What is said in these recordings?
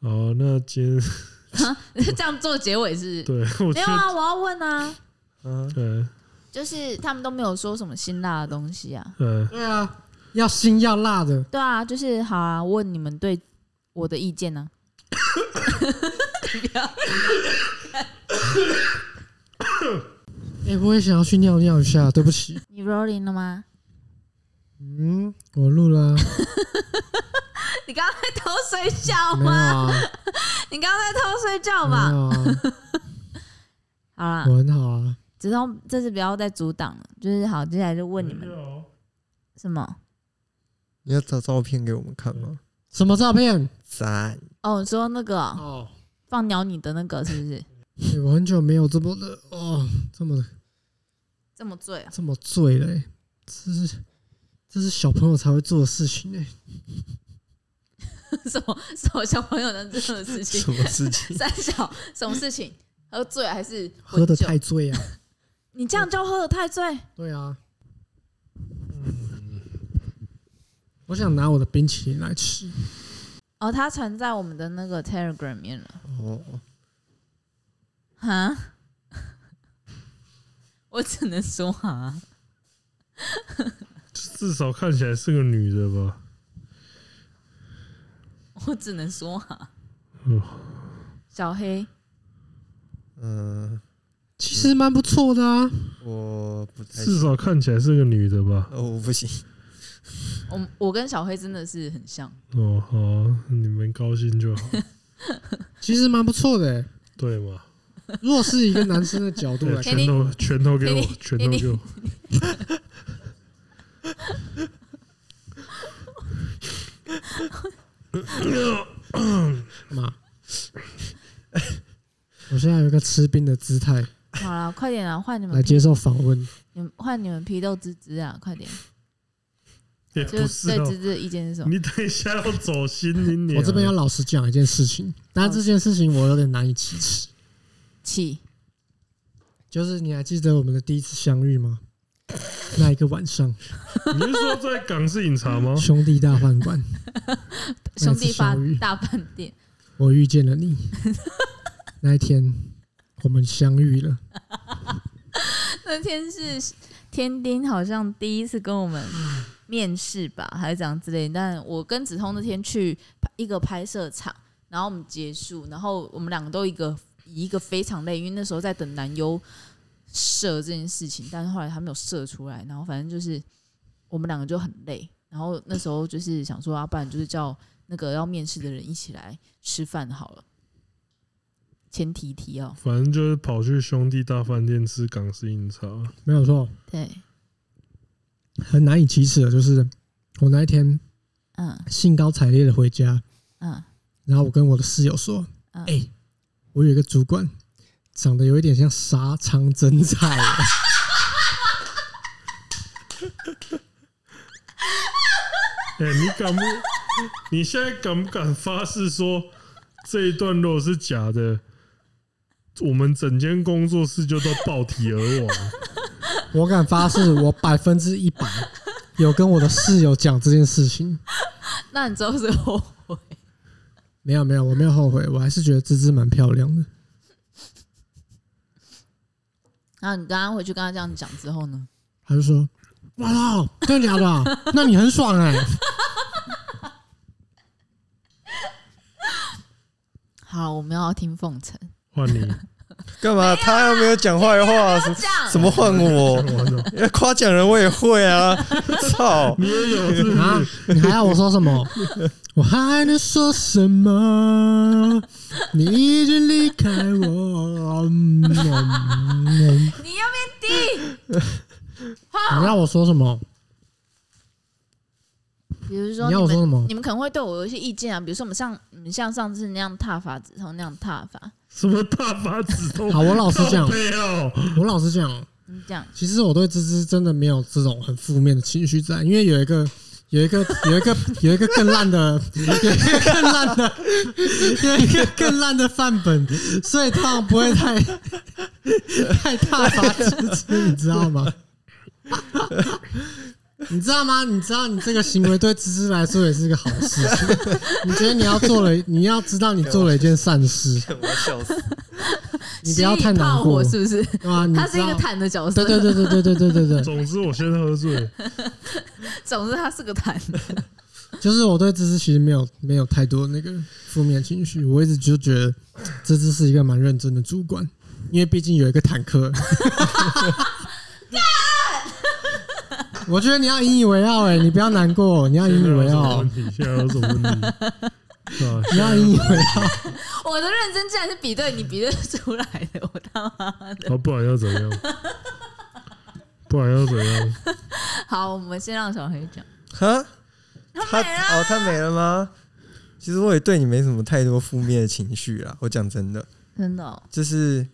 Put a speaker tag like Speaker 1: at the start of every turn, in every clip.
Speaker 1: 哦，那今天
Speaker 2: 这样做结尾是
Speaker 1: 对我
Speaker 2: 没
Speaker 1: 觉得
Speaker 2: 有啊？我要问啊，
Speaker 3: 嗯，
Speaker 1: 对
Speaker 2: 就是他们都没有说什么辛辣的东西啊。
Speaker 1: 嗯
Speaker 3: 对啊，要辛要辣的，
Speaker 2: 对啊，就是好啊，问你们对我的意见呢、
Speaker 3: 哎、我也想要去尿尿一下，对不起
Speaker 2: 啊。。你 rolling 了吗？
Speaker 3: 嗯，我录了，
Speaker 2: 你刚刚在偷睡觉
Speaker 3: 没有
Speaker 2: 吗？
Speaker 3: 啊，
Speaker 2: 你刚刚在偷睡觉
Speaker 3: 没
Speaker 2: 吧？
Speaker 3: 有啊，
Speaker 2: 好啦，
Speaker 3: 我很好啊。
Speaker 2: 子通这次不要再阻挡了，就是好，接下来就问你们什么？
Speaker 4: 你要找照片给我们看吗？
Speaker 3: 什么照片？
Speaker 4: 赞，
Speaker 2: 哦，你说那个哦
Speaker 3: 哦，
Speaker 2: 放鸟你的那个是不是
Speaker 3: 欸我很久没有这么的哦，这么的
Speaker 2: 这么醉啊？
Speaker 3: 这么醉了、欸，这是这是小朋友才会做的事情哎、
Speaker 2: 什么什么小朋友能做的事情？
Speaker 4: 什么事情？
Speaker 2: 三小什么事情？喝醉还是
Speaker 3: 喝的
Speaker 2: 混酒
Speaker 3: 太醉啊。
Speaker 2: 你这样叫喝的太醉？
Speaker 3: 对啊，嗯我想拿我的冰淇淋来吃。
Speaker 2: 哦，他传在我们的那个 Telegram 里面了。
Speaker 4: 哦，
Speaker 2: 哈， 我只能说哈，
Speaker 1: 至少看起来是个女的吧？
Speaker 2: 我只能说哈。
Speaker 1: 嗯
Speaker 2: 小黑，
Speaker 4: 嗯，
Speaker 3: 其实蛮不错的啊，
Speaker 4: 我不太
Speaker 1: 至少看起来是个女的吧？
Speaker 4: 哦，我不行，
Speaker 2: 我我跟小黑真的是很像。
Speaker 1: 哦，好啊，你们高兴就好，
Speaker 3: 其实蛮不错的、欸。
Speaker 1: 对嘛？
Speaker 3: 如果是一个男生的角度
Speaker 1: 对，
Speaker 3: 来
Speaker 4: 啊
Speaker 3: 看，
Speaker 1: 拳头拳头给我
Speaker 2: 给你，
Speaker 1: 拳头给我。
Speaker 3: 嘛，我现在有一个吃冰的姿态
Speaker 2: 好了，快点啊，换你
Speaker 3: 来
Speaker 2: 们，
Speaker 3: 接受访问。
Speaker 2: 你们换你们批斗芝芝啊，快点！
Speaker 1: 也
Speaker 2: 就
Speaker 1: 不
Speaker 2: 是
Speaker 1: 是
Speaker 2: 对芝
Speaker 1: 哦，
Speaker 2: 芝的意见是什么？
Speaker 1: 你等一下要走心， 你娘
Speaker 3: 我这边要老实讲一件事情，但这件事情我有点难以启齿。
Speaker 2: 气
Speaker 3: 就是你还记得我们的第一次相遇吗？那一个晚上，
Speaker 1: 你是说在港式饮茶吗？
Speaker 3: 兄弟大饭馆，
Speaker 2: 兄弟发
Speaker 3: 那一次相遇
Speaker 2: 大饭店，
Speaker 3: 我遇见了你。那一天我们相遇了，
Speaker 2: 那天是天丁好像第一次跟我们面试吧，还是怎样之类的。但我跟子通那天去一个拍摄场，然后我们结束，然后我们两个都一个以一个非常累，因为那时候在等男优射这件事情，但是后来他没有射出来，然后反正就是我们两个就很累。然后那时候就是想说，要、啊不然就是叫那个要面试的人一起来吃饭好了。前提提哦，
Speaker 1: 反正就是跑去兄弟大饭店吃港式饮茶。
Speaker 3: 没有错，
Speaker 2: 对，
Speaker 3: 很难以启齿的，就是我那一天
Speaker 2: 嗯
Speaker 3: 兴高采烈的回家，
Speaker 2: 嗯
Speaker 3: 然后我跟我的室友说：“
Speaker 2: 嗯，
Speaker 3: 哎、我有一个主管，长得有一点像沙仓真 菜。
Speaker 1: 哎、你敢不？你现在敢不敢发誓说这一段如果是假的，我们整间工作室就都爆体而亡？
Speaker 3: 我敢发誓，我百分之一百有跟我的室友讲这件事情。
Speaker 2: 那你之后是后悔？
Speaker 3: 没有没有，我没有后悔，我还是觉得芝芝蛮漂亮的。
Speaker 2: 然后你刚刚回去跟他这样讲之后呢？
Speaker 3: 他就说：“哇操，真的假的啊、那你很爽哎、
Speaker 2: 好，我们要听凤城
Speaker 1: 换你，
Speaker 4: 干嘛？他又没有讲坏话，什
Speaker 2: 讲
Speaker 4: 什么换我？
Speaker 1: 完了，
Speaker 4: 要夸奖人我也会啊！操，
Speaker 1: 你也有是不是？
Speaker 3: 啊，你还要我说什么？我还能说什么？你已经离开我，嗯嗯嗯
Speaker 2: 你要变
Speaker 3: 你要我说什么？
Speaker 2: 低，比如说
Speaker 3: 你要我
Speaker 2: 们
Speaker 3: 说什么？
Speaker 2: 你们可能会对我有一些意见啊，比如说我们像你们像上次那样踏法，子从那样踏法，
Speaker 1: 什么大法子痛？哦
Speaker 3: 好，我老实讲，
Speaker 1: 没有，
Speaker 3: 我老实讲，
Speaker 2: 你讲
Speaker 3: 其实我对芝芝真的没有这种很负面的情绪在，因为有一个。有一个有一个有一个更烂的，有一个更烂的，有一个更烂的范本，所以通常不会太太大发芝芝，你知道吗？你知道吗？你知道你这个行为对芝芝来说也是个好事情。你觉得你要做了，你要知道你做了一件善事，
Speaker 4: 我要笑死。
Speaker 3: 你不要太难
Speaker 2: 炮
Speaker 3: 过
Speaker 2: 火，是不是？
Speaker 3: 对吧？你
Speaker 2: 他是一
Speaker 3: 知
Speaker 2: 个
Speaker 3: 道
Speaker 2: 坦的角色，
Speaker 3: 对对对对对对对对对，
Speaker 1: 总之，我先喝醉，
Speaker 2: 总之他是个坦。
Speaker 3: 就是我对芝芝其实没有没有太多那个负面情绪，我一直就觉得芝芝是一个蛮认真的主管，因为毕竟有一个坦克。我觉得你要引以为傲哎、你不要难 过，你要
Speaker 1: 现
Speaker 3: 引
Speaker 1: 在
Speaker 3: 以
Speaker 1: 有
Speaker 3: 为哦
Speaker 1: 什么
Speaker 3: 傲
Speaker 1: 问，题？现在有什么问题？对吧？
Speaker 3: 你要引以为傲。
Speaker 2: 我的认真竟然是比对你比对出来的，我他妈的！
Speaker 1: 啊，不然要怎样？不然要怎样？
Speaker 2: 好，我们先让小黑讲。
Speaker 4: 哈，
Speaker 2: 他
Speaker 4: 他
Speaker 2: 没了
Speaker 4: 哦，他没了吗？其实我也对你没什么太多负面的情绪啦。我讲真的，
Speaker 2: 真的、哦，
Speaker 4: 就是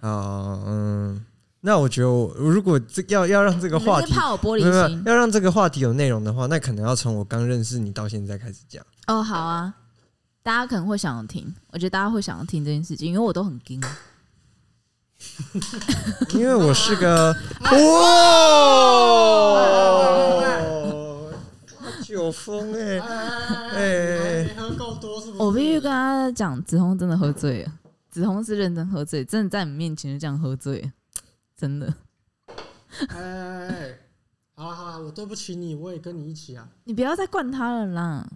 Speaker 4: 啊、嗯，那我觉得我如果这要要让这
Speaker 2: 这
Speaker 4: 个话题
Speaker 2: 怕我玻
Speaker 4: 没有没
Speaker 2: 璃
Speaker 4: 有
Speaker 2: 心
Speaker 4: 要让这个话题有内容的话，那可能要从我刚认识你到现在开始讲。
Speaker 2: 哦。好啊，大家可能会想要听，我觉得大家会想要听这件事情，因为我都很惊。
Speaker 4: 因为我是个哇，酒疯哎哎
Speaker 3: 没喝够多是不
Speaker 2: 我必须跟大家讲，子红真的喝醉了，子红是认真喝醉，真的在你面前就这样喝醉了，真的。
Speaker 3: 哎哎哎，好了好了，我对不起你，我也跟你一起啊，
Speaker 2: 你不要再灌他了啦！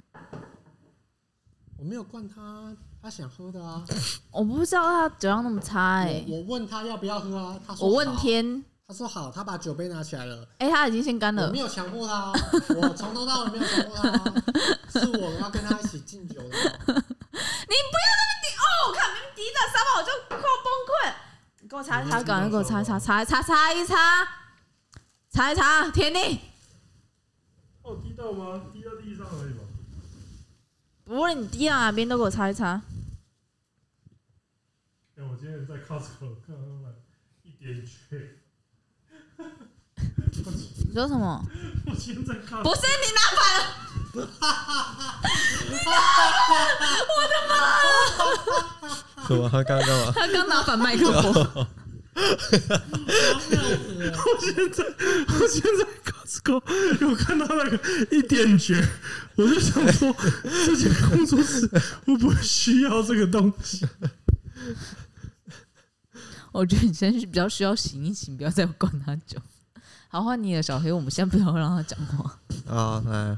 Speaker 3: 我没有灌他，他想喝的啊。
Speaker 2: 我不知道他酒量那么差哎、
Speaker 3: 我我问他要不要喝啊，他说
Speaker 2: 我问
Speaker 3: 好，
Speaker 2: 天，
Speaker 3: 他说好，他把酒杯拿起来了。
Speaker 2: 哎、他已经先干
Speaker 3: 我
Speaker 2: 了
Speaker 3: 没，有强迫他、哦，我从头到尾没有强迫他、哦，是我要跟他一起敬酒的、哦。
Speaker 2: 我看明明第一站三万，我就快崩溃。你给我擦一擦，赶快给我擦一擦，擦一擦，擦一擦，擦一擦，田丽，
Speaker 1: 哦，滴到吗？滴到地上而已吧。
Speaker 2: 无论你滴到哪边都给我擦一擦。
Speaker 1: 哎，我今天在 Costco 看到买一点券。
Speaker 2: 你说什么？
Speaker 1: 我今天在 Costco
Speaker 2: 不是你拿反了，
Speaker 4: 什么？他刚刚干嘛？
Speaker 2: 他刚拿反麦克风。
Speaker 3: 哦
Speaker 1: 我现在我现在 Costco 有看到那个一点绝，我就想说，这间工作室会不会需要这个东西？
Speaker 2: 我觉得你现在是比较需要醒一醒，不要再灌他酒。好，换你了，小黑，我们先不要让他讲话。
Speaker 4: 啊，来，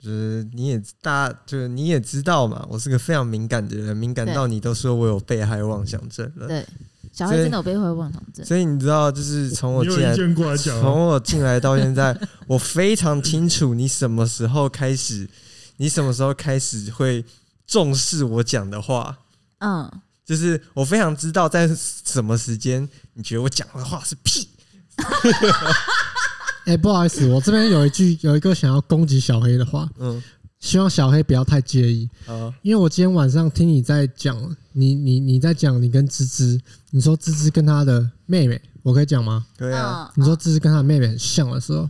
Speaker 4: 就是你也大，就是你也知道嘛，我是个非常敏感的人，敏感
Speaker 2: 对
Speaker 4: 到你都说我有被害妄想症了。
Speaker 2: 对，小黑真的有被会妄想症。
Speaker 4: 所以你知道，就是从我
Speaker 1: 你有
Speaker 4: 进来
Speaker 1: 意，见过来讲啊、
Speaker 4: 从我进来到现在，我非常清楚你什么时候开始，你什么时候开始会重视我讲的话。
Speaker 2: 嗯，
Speaker 4: 就是我非常知道在什么时间，你觉得我讲的话是屁，
Speaker 3: 哎、不好意思，我这边有一句有一个想要攻击小黑的话，
Speaker 4: 嗯
Speaker 3: 希望小黑不要太介意，
Speaker 4: 啊，
Speaker 3: 因为我今天晚上听你在讲，你你你在讲你跟芝芝，你说芝芝跟她的妹妹，我可以讲吗？
Speaker 4: 对啊，
Speaker 2: 嗯
Speaker 3: 你说芝芝跟她的妹妹很像的时候，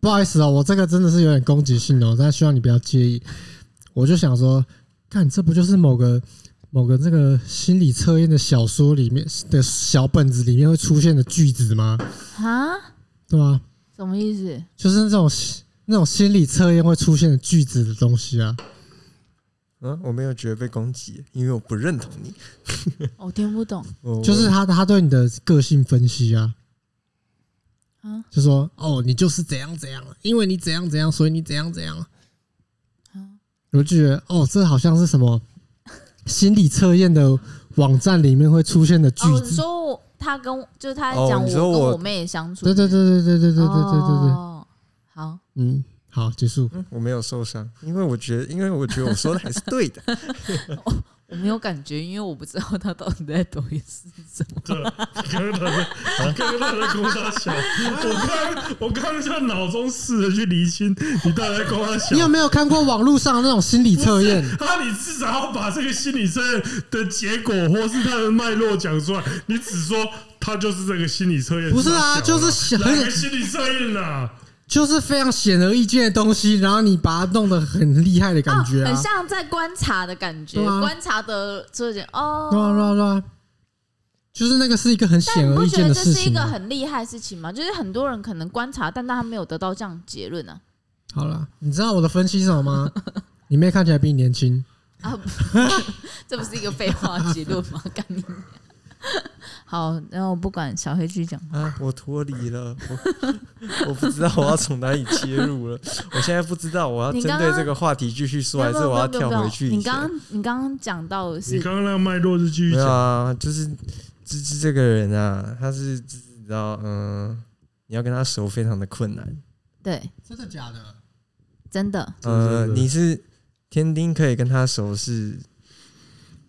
Speaker 3: 不好意思哦，我这个真的是有点攻击性哦，但希望你不要介意。我就想说，看这不就是某个某个这个心理测验的小说里面的小本子里面会出现的句子吗？
Speaker 2: 啊，
Speaker 3: 对吧、
Speaker 2: 什么意思？
Speaker 3: 就是那种那种心理测验会出现的句子的东西啊。
Speaker 4: 嗯，我没有觉得被攻击，因为我不认同你，
Speaker 2: 我听不懂
Speaker 4: 我
Speaker 3: 就是他他对你的个性分析啊，
Speaker 2: 啊
Speaker 3: 就说哦，你就是怎样怎样，因为你怎样怎样，所以你怎样怎样。
Speaker 2: 啊！
Speaker 3: 我就觉得哦，这好像是什么心理测验的网站里面会出现的句
Speaker 2: 哦，你
Speaker 3: 子。
Speaker 2: 说我他跟我就是他
Speaker 4: 哦
Speaker 2: 讲我
Speaker 4: 你
Speaker 2: 跟
Speaker 4: 说我
Speaker 2: 我妹相处，
Speaker 3: 对对对对对对对对对对对，
Speaker 2: 哦，好，
Speaker 3: 嗯，好，结束。
Speaker 4: 嗯我没有受伤，因为我觉得，因为我觉得我说的还是对的，
Speaker 2: 我没有感觉，因为我不知道他到底在抖音是什么。
Speaker 1: 对，刚刚他在，刚刚他在攻他小，我刚我刚刚在脑中试着去厘清你到底在攻他小
Speaker 3: 你。有没有看过网络上那种心理测验？
Speaker 1: 他，你至少要把这个心理测验的结果或是它的脉络讲出来。你只说他就是这个心理测验，
Speaker 3: 不是
Speaker 1: 傻
Speaker 3: 啊
Speaker 1: 小
Speaker 3: 就是想
Speaker 1: 哪个心理测验啊？
Speaker 3: 就是非常显而易见的东西，然后你把它弄得很厉害的感觉
Speaker 2: 哦
Speaker 3: 啊
Speaker 2: 很，像在观察的感觉，
Speaker 3: 对啊
Speaker 2: 观察的这点
Speaker 3: 对啊对
Speaker 2: 哦，
Speaker 3: 啊对啊，就是那个是一个很
Speaker 2: 但
Speaker 3: 显
Speaker 2: 你
Speaker 3: 而
Speaker 2: 不
Speaker 3: 易
Speaker 2: 觉得
Speaker 3: 见的
Speaker 2: 这
Speaker 3: 事
Speaker 2: 是一
Speaker 3: 情
Speaker 2: 个
Speaker 3: 啊。
Speaker 2: 很厉害的事情吗？就是很多人可能观察，但他没有得到这样结论啊呢、
Speaker 3: 好了，你知道我的分析是什么吗？ 你妹看起来比你年轻，
Speaker 2: 啊。啊，不这不是一个废话结论吗？ 干你娘！好，然后我不管小黑去讲，
Speaker 4: 啊，我脱离了，我我不知道我要从哪里切入了。我现在不知道我要
Speaker 2: 你
Speaker 4: 针
Speaker 2: 刚
Speaker 4: 对
Speaker 2: 刚
Speaker 4: 这个话题继续说，还
Speaker 2: 没
Speaker 4: 是
Speaker 2: 有没有
Speaker 4: 我要
Speaker 2: 没有
Speaker 4: 跳
Speaker 2: 没有
Speaker 4: 回去以前。
Speaker 2: 你刚刚你刚刚讲到的
Speaker 1: 你
Speaker 2: 是
Speaker 1: 刚刚那脉络是继续
Speaker 4: 没有
Speaker 1: 讲，
Speaker 4: 啊，就是芝芝这个人啊，他是就是你知道，嗯，你要跟他熟非常的困难。
Speaker 2: 对，
Speaker 3: 真的假的？
Speaker 2: 真的
Speaker 4: 呃，
Speaker 1: 真的
Speaker 4: 你是天丁可以跟他熟是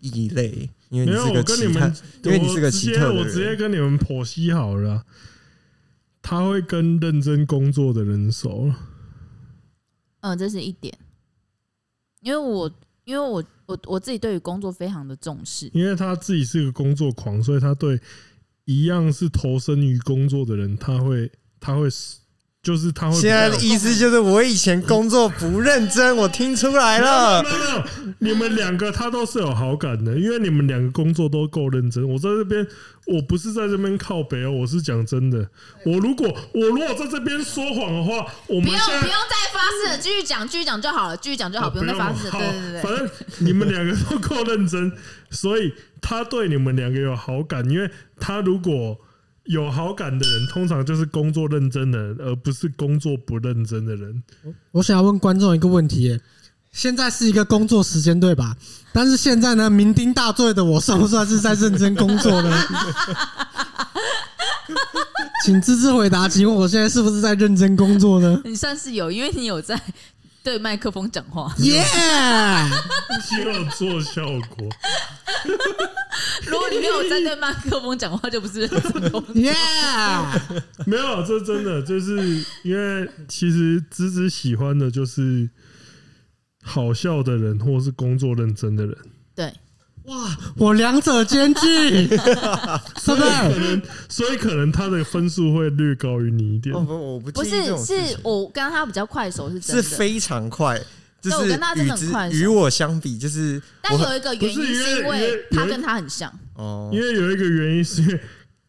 Speaker 4: 异类，因为
Speaker 1: 没
Speaker 4: 啊你
Speaker 1: 有，
Speaker 4: 是个
Speaker 1: 我跟
Speaker 4: 奇
Speaker 1: 你
Speaker 4: 特
Speaker 1: 们，，
Speaker 4: 因为你是个
Speaker 1: 我
Speaker 4: 奇
Speaker 1: 直接
Speaker 4: 特
Speaker 1: 我
Speaker 4: 的
Speaker 1: 直接
Speaker 4: 人。
Speaker 1: 跟你们剖析好了啊，他会跟认真工作的人熟了，
Speaker 2: 嗯，这是一点，因为我因为我我我自己对于工作非常的重视，
Speaker 1: 因为他自己是个工作狂，所以他对一样是投身于工作的人，他会他会就是他会比
Speaker 4: 现在
Speaker 1: 较。
Speaker 4: 的意思就是我以前工作不认真，我听出来 了。
Speaker 1: 没有没有，你们两个他都是有好感的，因为你们两个工作都够认真。我在这边，我不是在这边靠北哦，我是讲真的。我如果我如果在这边说谎的话，我
Speaker 2: 不
Speaker 1: 们
Speaker 2: 用
Speaker 1: 现
Speaker 2: 不
Speaker 1: 在
Speaker 2: 用再发誓了，继续讲继续讲就好了，继续讲就好，
Speaker 1: 哦
Speaker 2: 不用再发
Speaker 1: 嘛
Speaker 2: 誓了，
Speaker 1: 好
Speaker 2: 对对对
Speaker 1: 反
Speaker 2: 对，
Speaker 1: 正你们两个都够认真，所以他对你们两个有好感，因为他如果。有好感的人，通常就是工作认真的人，而不是工作不认真的人。
Speaker 3: 我想要问观众一个问题耶、现在是一个工作时间对吧？但是现在呢，酩酊大醉的我算不算是在认真工作呢？ 请芝芝回答，请问我现在是不是在认真工作呢？
Speaker 2: 你算是有，因为你有在 对麦克风讲话。
Speaker 3: 耶、
Speaker 1: 只有做效果，
Speaker 2: 如果你没有在对麦克风讲话，就不是认真工作。
Speaker 3: 耶！
Speaker 1: 没有，这真的就是因为其实芝芝喜欢的就是好笑的人，或是工作认真的人。
Speaker 2: 对，
Speaker 3: 哇，我两者兼具， 是不
Speaker 1: 可
Speaker 3: 是？
Speaker 1: 能，所以可能他的分数会略高于你一点
Speaker 4: 哦。不，我不
Speaker 2: 不
Speaker 4: 介意这
Speaker 2: 是
Speaker 4: 种事情
Speaker 2: 是我跟他比较快手是真
Speaker 4: 是
Speaker 2: 的，
Speaker 4: 非常快，就
Speaker 2: 对我
Speaker 4: 是
Speaker 2: 跟他真
Speaker 4: 与
Speaker 2: 的很
Speaker 4: 之
Speaker 2: 快
Speaker 4: 与我相比，就是
Speaker 2: 但
Speaker 4: 我
Speaker 2: 有一个原因
Speaker 1: 不是因为
Speaker 2: 是因
Speaker 1: 因
Speaker 2: 为
Speaker 1: 为
Speaker 2: 他跟他很像，
Speaker 4: 哦
Speaker 1: 因，为有一个原因是因为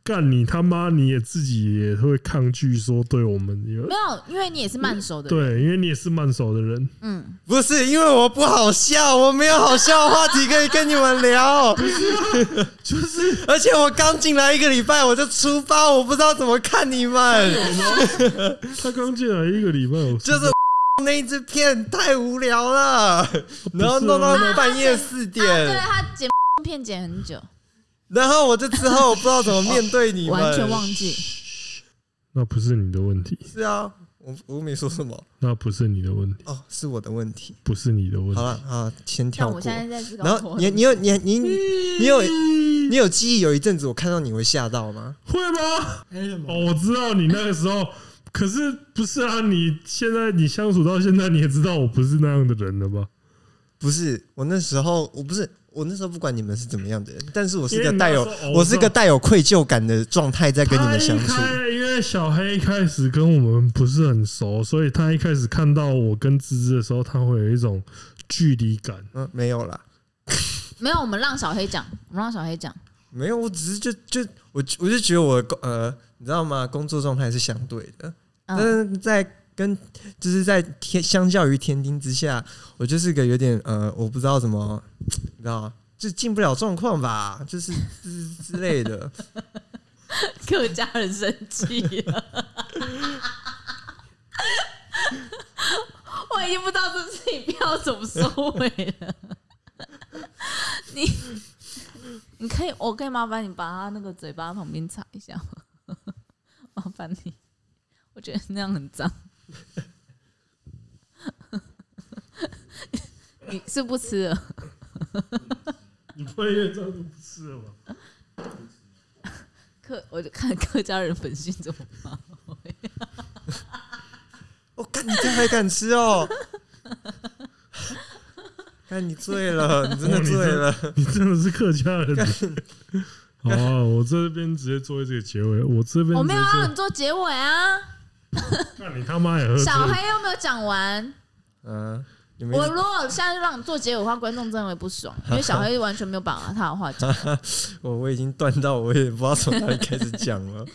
Speaker 1: 干你他妈，你也自己也会抗拒说对我们有
Speaker 2: 没有，因为你也是慢熟的人，
Speaker 1: 对，因为你也是慢手的人，
Speaker 2: 嗯，
Speaker 4: 不是因为我不好笑，我没有好笑的话题可以跟你 们聊，
Speaker 1: 就是
Speaker 4: 而且我刚进来一个礼拜我就出包，我不知道怎么看你
Speaker 1: 哎
Speaker 4: 们，
Speaker 1: 他刚进来一个礼拜，我
Speaker 4: 就是 那一支片太无 聊了，
Speaker 1: 不是
Speaker 4: 然后弄到
Speaker 1: 啊
Speaker 4: 半夜四
Speaker 2: 啊对
Speaker 4: 点，
Speaker 2: 他剪片剪很久，
Speaker 4: 然后我就之后我不知道怎么面对你 们，
Speaker 2: 哦完全忘记，
Speaker 1: 那不是你的问题，
Speaker 4: 是啊，我我没说什么
Speaker 1: 那不是你的问题，
Speaker 4: 哦，是我的问题。
Speaker 1: 不是你的问
Speaker 4: 好
Speaker 1: 题。
Speaker 4: 了啊，先跳
Speaker 2: 但
Speaker 4: 过
Speaker 2: 我。现在在思考
Speaker 4: 然
Speaker 2: 我
Speaker 4: 后你你有你你你有你有记忆有一阵子我看到你会吓到吗？
Speaker 1: 会吗？哦，我知道你那个时候，可是不是啊？你现在你相处到现在，你也知道我不是那样的人了吧？
Speaker 4: 不是，我那时候我不是我那时候不管你们是怎么样的人，但是我是
Speaker 1: 因为
Speaker 4: 个
Speaker 1: 你
Speaker 4: 带有
Speaker 1: 那时候
Speaker 4: 我是个带有愧疚感的状态在跟你们相处。
Speaker 1: 他一开因为小黑一开始跟我们不是很熟，所以他一开始看到我跟芝芝的时候，他会有一种距离感。
Speaker 4: 嗯，没有啦，
Speaker 2: 没有，我们让小黑讲，我们让小黑讲，
Speaker 4: 没有，我只是就就我我就觉得我的工呃，你知道吗？工作状态是相对的，但
Speaker 2: 嗯，
Speaker 4: 是在跟就是在天相较于天丁之下，我就是个有点呃，我不知道怎么，你知道吗就进不了状况吧，就是之之类的。
Speaker 2: 客家人生气了。 我已经不知道这自己不要怎么收尾了。你，你可以，我可以麻烦你把他那个嘴巴旁边擦一下吗？麻烦你，我觉得那样很脏。你是不吃了？
Speaker 1: 你不会因为这样就不是了吧？
Speaker 2: 客，我就看客家人粉性怎么发挥。
Speaker 4: 我、哦看你这样还敢吃哦！ 看你醉了，你真的醉
Speaker 2: 哦
Speaker 4: 了。
Speaker 1: 你真的是客家人。 好啊，我这边直接做这个结尾，我这边
Speaker 2: 我
Speaker 1: 直
Speaker 2: 没
Speaker 1: 接
Speaker 2: 有让
Speaker 1: 做
Speaker 2: 你做结尾啊。
Speaker 1: 干你他妈也喝醉
Speaker 2: 小黑又没有讲完，
Speaker 4: 嗯，你们
Speaker 2: 我如果现在就让你做结尾的话，观众真的会不爽， 因为小黑完全没有把他的话 讲。
Speaker 4: 我我已经断到我也不知道从哪里开始讲了。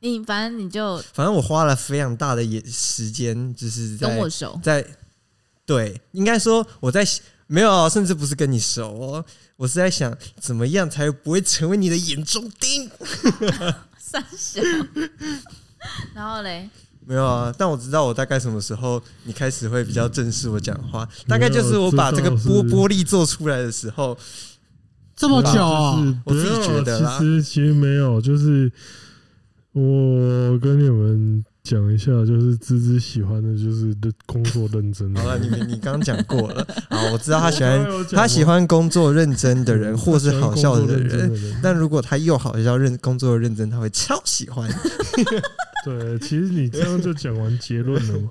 Speaker 2: 你反正你就
Speaker 4: 反正我花了非常大的也时间，就是在
Speaker 2: 跟我 熟，
Speaker 4: 在对，应该说我在没有啊，甚至不是跟你熟哦，我是在想怎么样才不会成为你的眼中钉。
Speaker 2: 三小。然后嘞，
Speaker 4: 没有啊，但我知道我大概什么时候你开始会比较正式我讲话，大概就是我把这个
Speaker 1: 知道
Speaker 4: 玻
Speaker 1: 是
Speaker 4: 玻璃做出来的时候，
Speaker 3: 这么久
Speaker 1: 就是啊
Speaker 3: 哦，
Speaker 4: 啊我自己
Speaker 1: 没有
Speaker 4: 觉得啦
Speaker 1: 其实其实没有，就是我跟你们讲一下，就是芝芝喜欢的就是工作认真的
Speaker 4: 好了，你们你刚刚讲 过了啊，我知道他喜
Speaker 1: 我
Speaker 4: 欢
Speaker 1: 刚刚有讲
Speaker 4: 他喜
Speaker 1: 过
Speaker 4: 欢工作认真的人，或是好笑
Speaker 1: 喜欢工作
Speaker 4: 的
Speaker 1: 认真
Speaker 4: 人。
Speaker 1: 的人。
Speaker 4: 但如果他又好笑认工作认真，他会超喜欢。
Speaker 1: 对，其实你这样就讲完结论了嘛。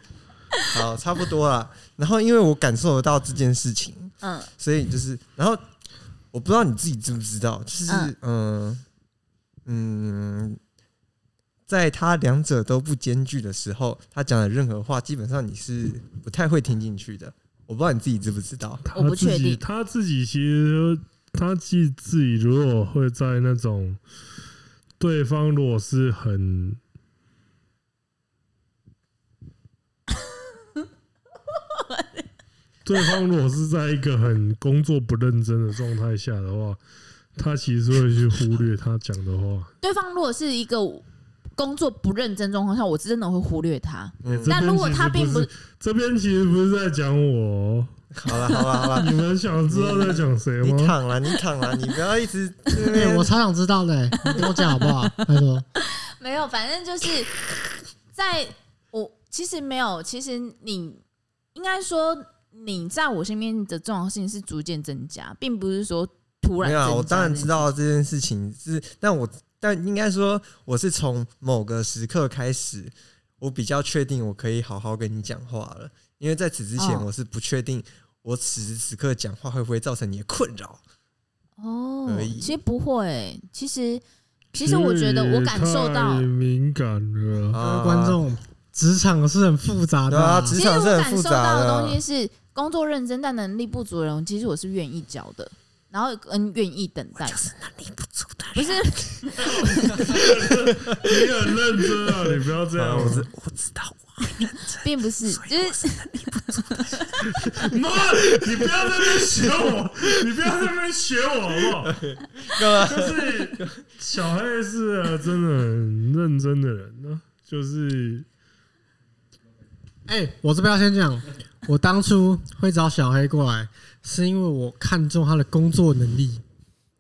Speaker 4: 好，差不多啦。然后因为我感受得到这件事情，
Speaker 2: 嗯，
Speaker 4: 所以就是，然后我不知道你自己知不知道，就是
Speaker 2: 嗯
Speaker 4: 嗯嗯、在他两者都不兼具的时候，他讲的任何话，基本上你是不太会听进去的。我不知道你自己知不知道，
Speaker 1: 他
Speaker 2: 我不确
Speaker 1: 自己
Speaker 2: 定
Speaker 1: 他自己其实他自己自己如果会在那种对方如果是 很对方如果是在一个很工作不认真的状态下的话，他其实会去忽略他讲的话。
Speaker 2: 对方如果是一个工作不认真状况下，我真的会忽略他。
Speaker 4: 嗯，
Speaker 1: 这边
Speaker 2: 那如果
Speaker 1: 其实
Speaker 2: 他并
Speaker 1: 不
Speaker 2: 不
Speaker 1: 是这边其实不是在讲我哦，
Speaker 4: 好了好了好 了，
Speaker 1: 你们想知道在讲谁
Speaker 4: 你
Speaker 1: 吗？
Speaker 4: 躺了你躺了，你不要一直 这
Speaker 3: 对
Speaker 4: 边
Speaker 3: 哎我超想知道的、 你跟我讲好不好？拜托，
Speaker 2: 没有，反正就是在我其实没有，其实你应该说你在我身边的重要性是逐渐增加，并不是说突然
Speaker 4: 没
Speaker 2: 增加
Speaker 4: 有啊，
Speaker 2: 的。
Speaker 4: 我当然知道这件事情是，但我但应该说，我是从某个时刻开始，我比较确定我可以好好跟你讲话了，因为在此之前
Speaker 2: 哦
Speaker 4: 我是不确定我此时此刻讲话会不会造成你的困扰。
Speaker 2: 哦
Speaker 4: 而，已
Speaker 2: 其实不会、其实 其实我觉得我感受到
Speaker 1: 太，敏感了。
Speaker 3: 各位观众，职场是很复杂的、
Speaker 4: 啊对啊
Speaker 2: 其
Speaker 4: 职
Speaker 2: 实
Speaker 4: 场
Speaker 2: 我
Speaker 4: 是很
Speaker 2: 感
Speaker 4: 复
Speaker 2: 受
Speaker 4: 杂
Speaker 2: 到
Speaker 4: 的
Speaker 2: 的东西是工作认真但能力不足的人，其实我是愿意教的，然后嗯愿意等待，
Speaker 4: 就是能力不足的
Speaker 2: 不是
Speaker 1: 你很认真啊，你不要这
Speaker 4: 人。
Speaker 1: 样
Speaker 4: 啊，我知
Speaker 1: 子。
Speaker 4: 我知道，
Speaker 2: 并不是，就是
Speaker 1: 妈，你不要在那边学我， 你不要在那边学我好不好？
Speaker 4: 干嘛？
Speaker 1: 就是小黑是啊，真的很认真的人呢、就是
Speaker 3: 哎、我这边要先讲，我当初会找小黑过来，是因为我看中他的工作能 力。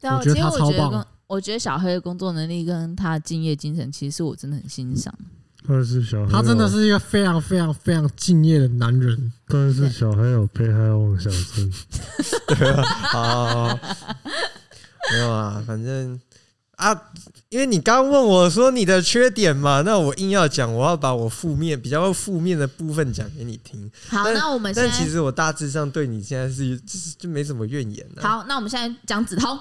Speaker 2: 对啊，
Speaker 3: 我
Speaker 2: 其
Speaker 3: 觉得
Speaker 2: 实
Speaker 3: 他
Speaker 2: 我
Speaker 3: 超
Speaker 2: 觉得
Speaker 3: 棒
Speaker 2: 跟我觉得小黑的工作能力跟他的敬业精神，其实我真的很欣赏。
Speaker 1: 但是小黑有
Speaker 3: 他真的，是一个非常非常非常敬业的男人。
Speaker 1: 但是小黑有被害妄想 症。
Speaker 4: 好，没有啊，反正啊，因为你刚问我说你的缺点嘛，那我硬要讲，我要把我负面比较负面的部分讲给你听。
Speaker 2: 好，
Speaker 4: 但
Speaker 2: 那我们现
Speaker 4: 但其
Speaker 2: 在
Speaker 4: 实我大致上对你现在是就是就没什么怨言啊了、
Speaker 2: 好，那我们现在讲子通。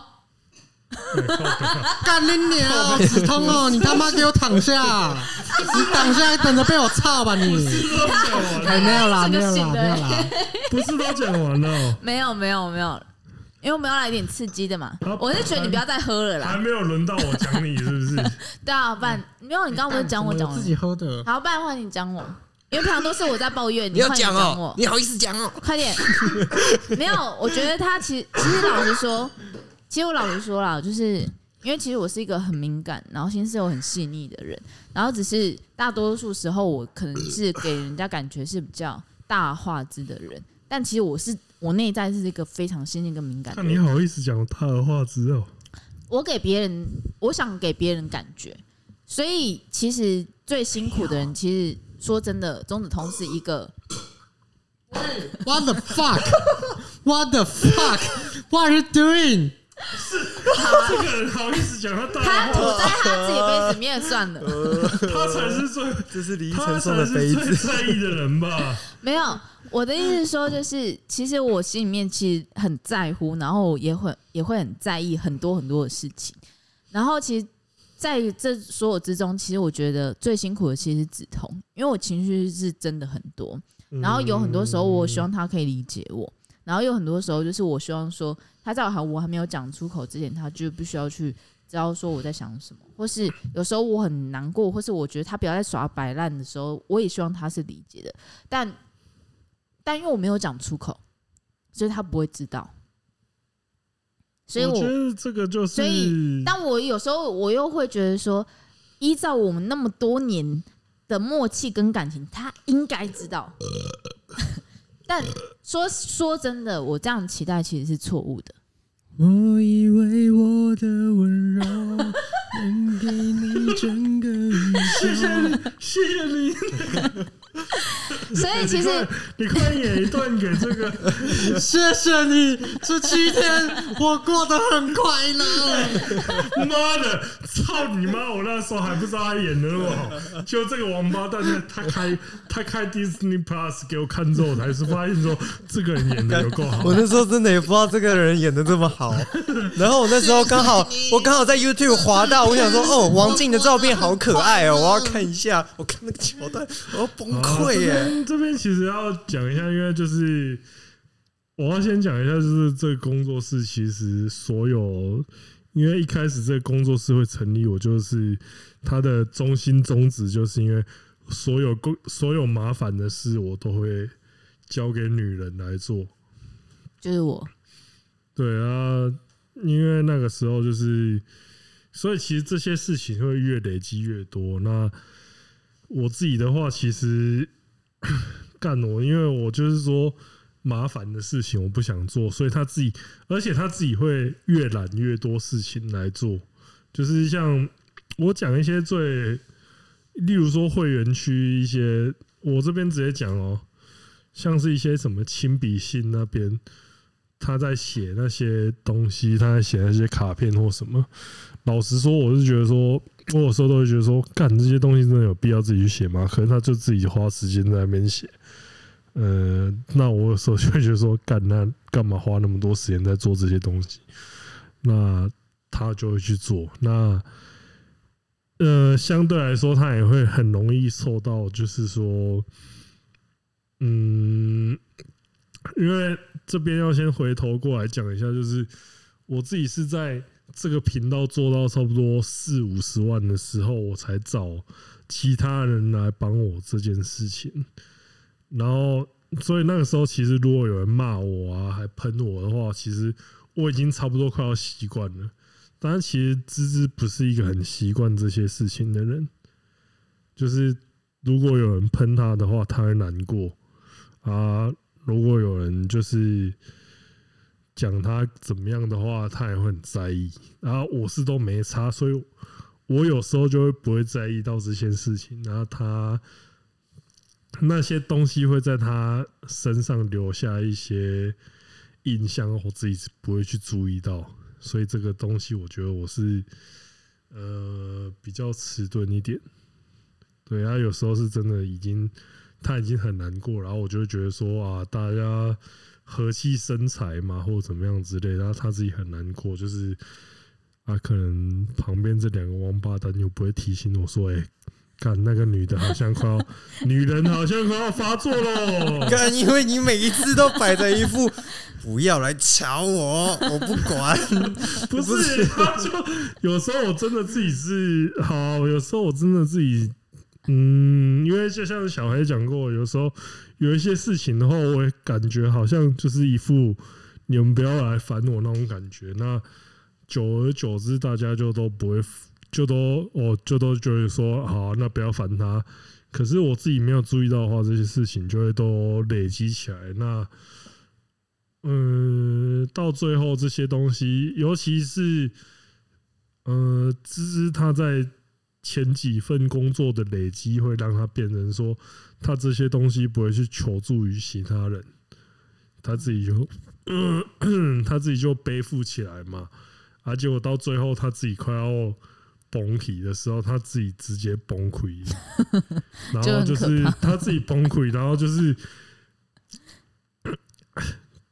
Speaker 3: 干你娘！子通哦，你他妈给我躺下！你躺下，等着被我操吧你！
Speaker 1: 不是都讲完
Speaker 3: 哎，
Speaker 1: 了，
Speaker 3: 没有啦，
Speaker 2: 这
Speaker 3: 没
Speaker 2: 个
Speaker 3: 有
Speaker 2: 醒
Speaker 3: 啦，
Speaker 2: 的
Speaker 3: 没有啦。
Speaker 1: 不是都讲完了哦，
Speaker 2: 没有没有没有，因为我们要来点刺激的嘛
Speaker 1: 好。
Speaker 2: 我是觉得你不要再喝了
Speaker 1: 还
Speaker 2: 啦。
Speaker 1: 没有轮到我讲你是不 是？
Speaker 2: 对啊，不然没有你刚刚不是讲我讲
Speaker 3: 自
Speaker 2: 完
Speaker 3: 己，喝的。
Speaker 2: 好，不然换你讲我，因为平常都是我在抱怨，
Speaker 4: 你要
Speaker 2: 换
Speaker 4: 讲
Speaker 2: 讲
Speaker 4: 哦
Speaker 2: 我，，
Speaker 4: 你好意思讲哦？
Speaker 2: 快点。 没有，我觉得他其实其实老实说，其实我老实说啦，就是因为其实我是一个很敏感，然后心思又很细腻的人，然后只是大多数时候我可能是给人家感觉是比较大话之的人，但其实我是我内在是一个非常细腻跟敏感的
Speaker 1: 那
Speaker 2: 人。
Speaker 1: 你好意思讲他的话之后，
Speaker 2: 我给别人，我想给别人感觉，所以其实最辛苦的人，其实说真的，钟子通是一个
Speaker 3: What the fuck? What the fuck? What are you doing?
Speaker 1: 这个人好意思讲他大话
Speaker 2: 他吐，在他自己杯子里面算了，
Speaker 1: 他才是最
Speaker 4: 这是李依
Speaker 1: 他
Speaker 4: 晨送
Speaker 1: 才
Speaker 4: 的杯
Speaker 1: 是最
Speaker 4: 子，
Speaker 1: 在意的人吧？
Speaker 2: 没有。我的意思是说，就是其实我心里面其实很在乎，然后也会也会很在意很多很多的事情。然后其实在这所有之中，其实我觉得最辛苦的其实是止痛，因为我情绪是真的很多。 然后有很多时候，我
Speaker 1: 嗯
Speaker 2: 希望他可以理解我。然后有很多时候，就是我希望说，他在我还我还没有讲出口之前，他就必须要去知道说我在想什么，或是有时候我很难过，或是我觉得他不要再耍摆烂的时候，我也希望他是理解的。但但因为我没有讲出口，所以他不会知道。所以
Speaker 1: 我
Speaker 2: 我
Speaker 1: 觉得这个就是，
Speaker 2: 所以但我有时候我又会觉得说，依照我们那么多年的默契跟感情，他应该知道。 但说说真的，我这样期待其实是错误的。
Speaker 3: 我以为我的温柔能给你整个宇
Speaker 1: 谢谢
Speaker 3: 宙。
Speaker 1: 你，谢谢你。
Speaker 2: 所以其实
Speaker 1: 你快演一段给这 个，
Speaker 3: 谢谢你，这七天我过得很快 乐。
Speaker 1: 妈的，操你妈！我那时候还不知道他演的那么好，就这个王八蛋他他开他开 Disney Plus 给我看之后，我才是发现说这个人演的有够好
Speaker 4: 我。那时候真的也不知道这个人演的这么好，然后我那时候刚好，我刚好在 YouTube 滑到，我想说，哦，王静的照片好可爱哦，我要看一下。我看那个桥段，我要崩溃
Speaker 1: 啊
Speaker 4: 耶！
Speaker 1: 这边这边其实要讲一下，因为就是我要先讲一下，就是这个工作室其实所有，因为一开始这个工作室会成立，我就是它的中心宗旨，就是因为所有工所有麻烦的事，我都会交给女人来做。
Speaker 2: 就是我，
Speaker 1: 对啊，因为那个时候就是，所以其实这些事情会越累积越多。那我自己的话，其实 干我，因为我就是说麻烦的事情我不想做，所以他自己，而且他自己会越揽越多事情来做。就是像我讲一些最，例如说会员区一些，我这边直接讲哦，像是一些什么亲笔信啊那边，他在写那些东西，他在写那些卡片或什么。老实说，我是觉得说，我有时候都会觉得说，干这些东西真的有必要自己去写吗？可是他就自己花时间在那边写。呃，那我有时候就会觉得说，干那干嘛花那么多时间在做这些东西？那他就会去做。那呃，相对来说，他也会很容易受到，就是说，嗯，因为这边要先回头过来讲一下，就是我自己是在这个频道做到差不多四五十万的时候，我才找其他人来帮我这件事情。然后，所以那个时候，其实如果有人骂我啊，还喷我的话，其实我已经差不多快要习惯了。但是其实芝芝不是一个很习惯这些事情的人，就是如果有人喷他的话，他会难过啊。如果有人就是讲他怎么样的话，他也会很在意。然后我是都没差，所以我有时候就会不会在意到这些事情。然后他那些东西会在他身上留下一些印象，我自己是不会去注意到。所以这个东西，我觉得我是呃比较迟钝一点。对，他有时候是真的已经他已经很难过，然后我就会觉得说啊，大家和气生财嘛，或者怎么样之类的，然后他自己很难过，就是啊，可能旁边这两个王八蛋又不会提醒我说，哎、看那个女的好像快要， 女人好像快要发作喽。
Speaker 4: 干，因为你每一次都摆着一副 不要来吵我，我不 管。
Speaker 1: 不
Speaker 4: 不
Speaker 1: 是，
Speaker 4: 是
Speaker 1: 他就有时候我真的自己是好，有时候我真的自己，嗯，因为就像小黑讲过，有时候有一些事情的话，我也感觉好像就是一副你们不要来烦我那种感觉。那久而久之，大家就都不会，就都哦，就都觉得说好，那不要烦他。可是我自己没有注意到的话，这些事情就会都累积起来。那嗯，到最后这些东西，尤其是呃，芝芝他在前几份工作的累积，会让他变成说，他这些东西不会去求助于其他人，他自己就、他自己就背负起来嘛。而且我到最后他自己快要崩溃的时候，他自己直接崩溃， 然后就
Speaker 2: 就很
Speaker 1: 是
Speaker 2: 可
Speaker 1: 他自己崩溃，然后 就是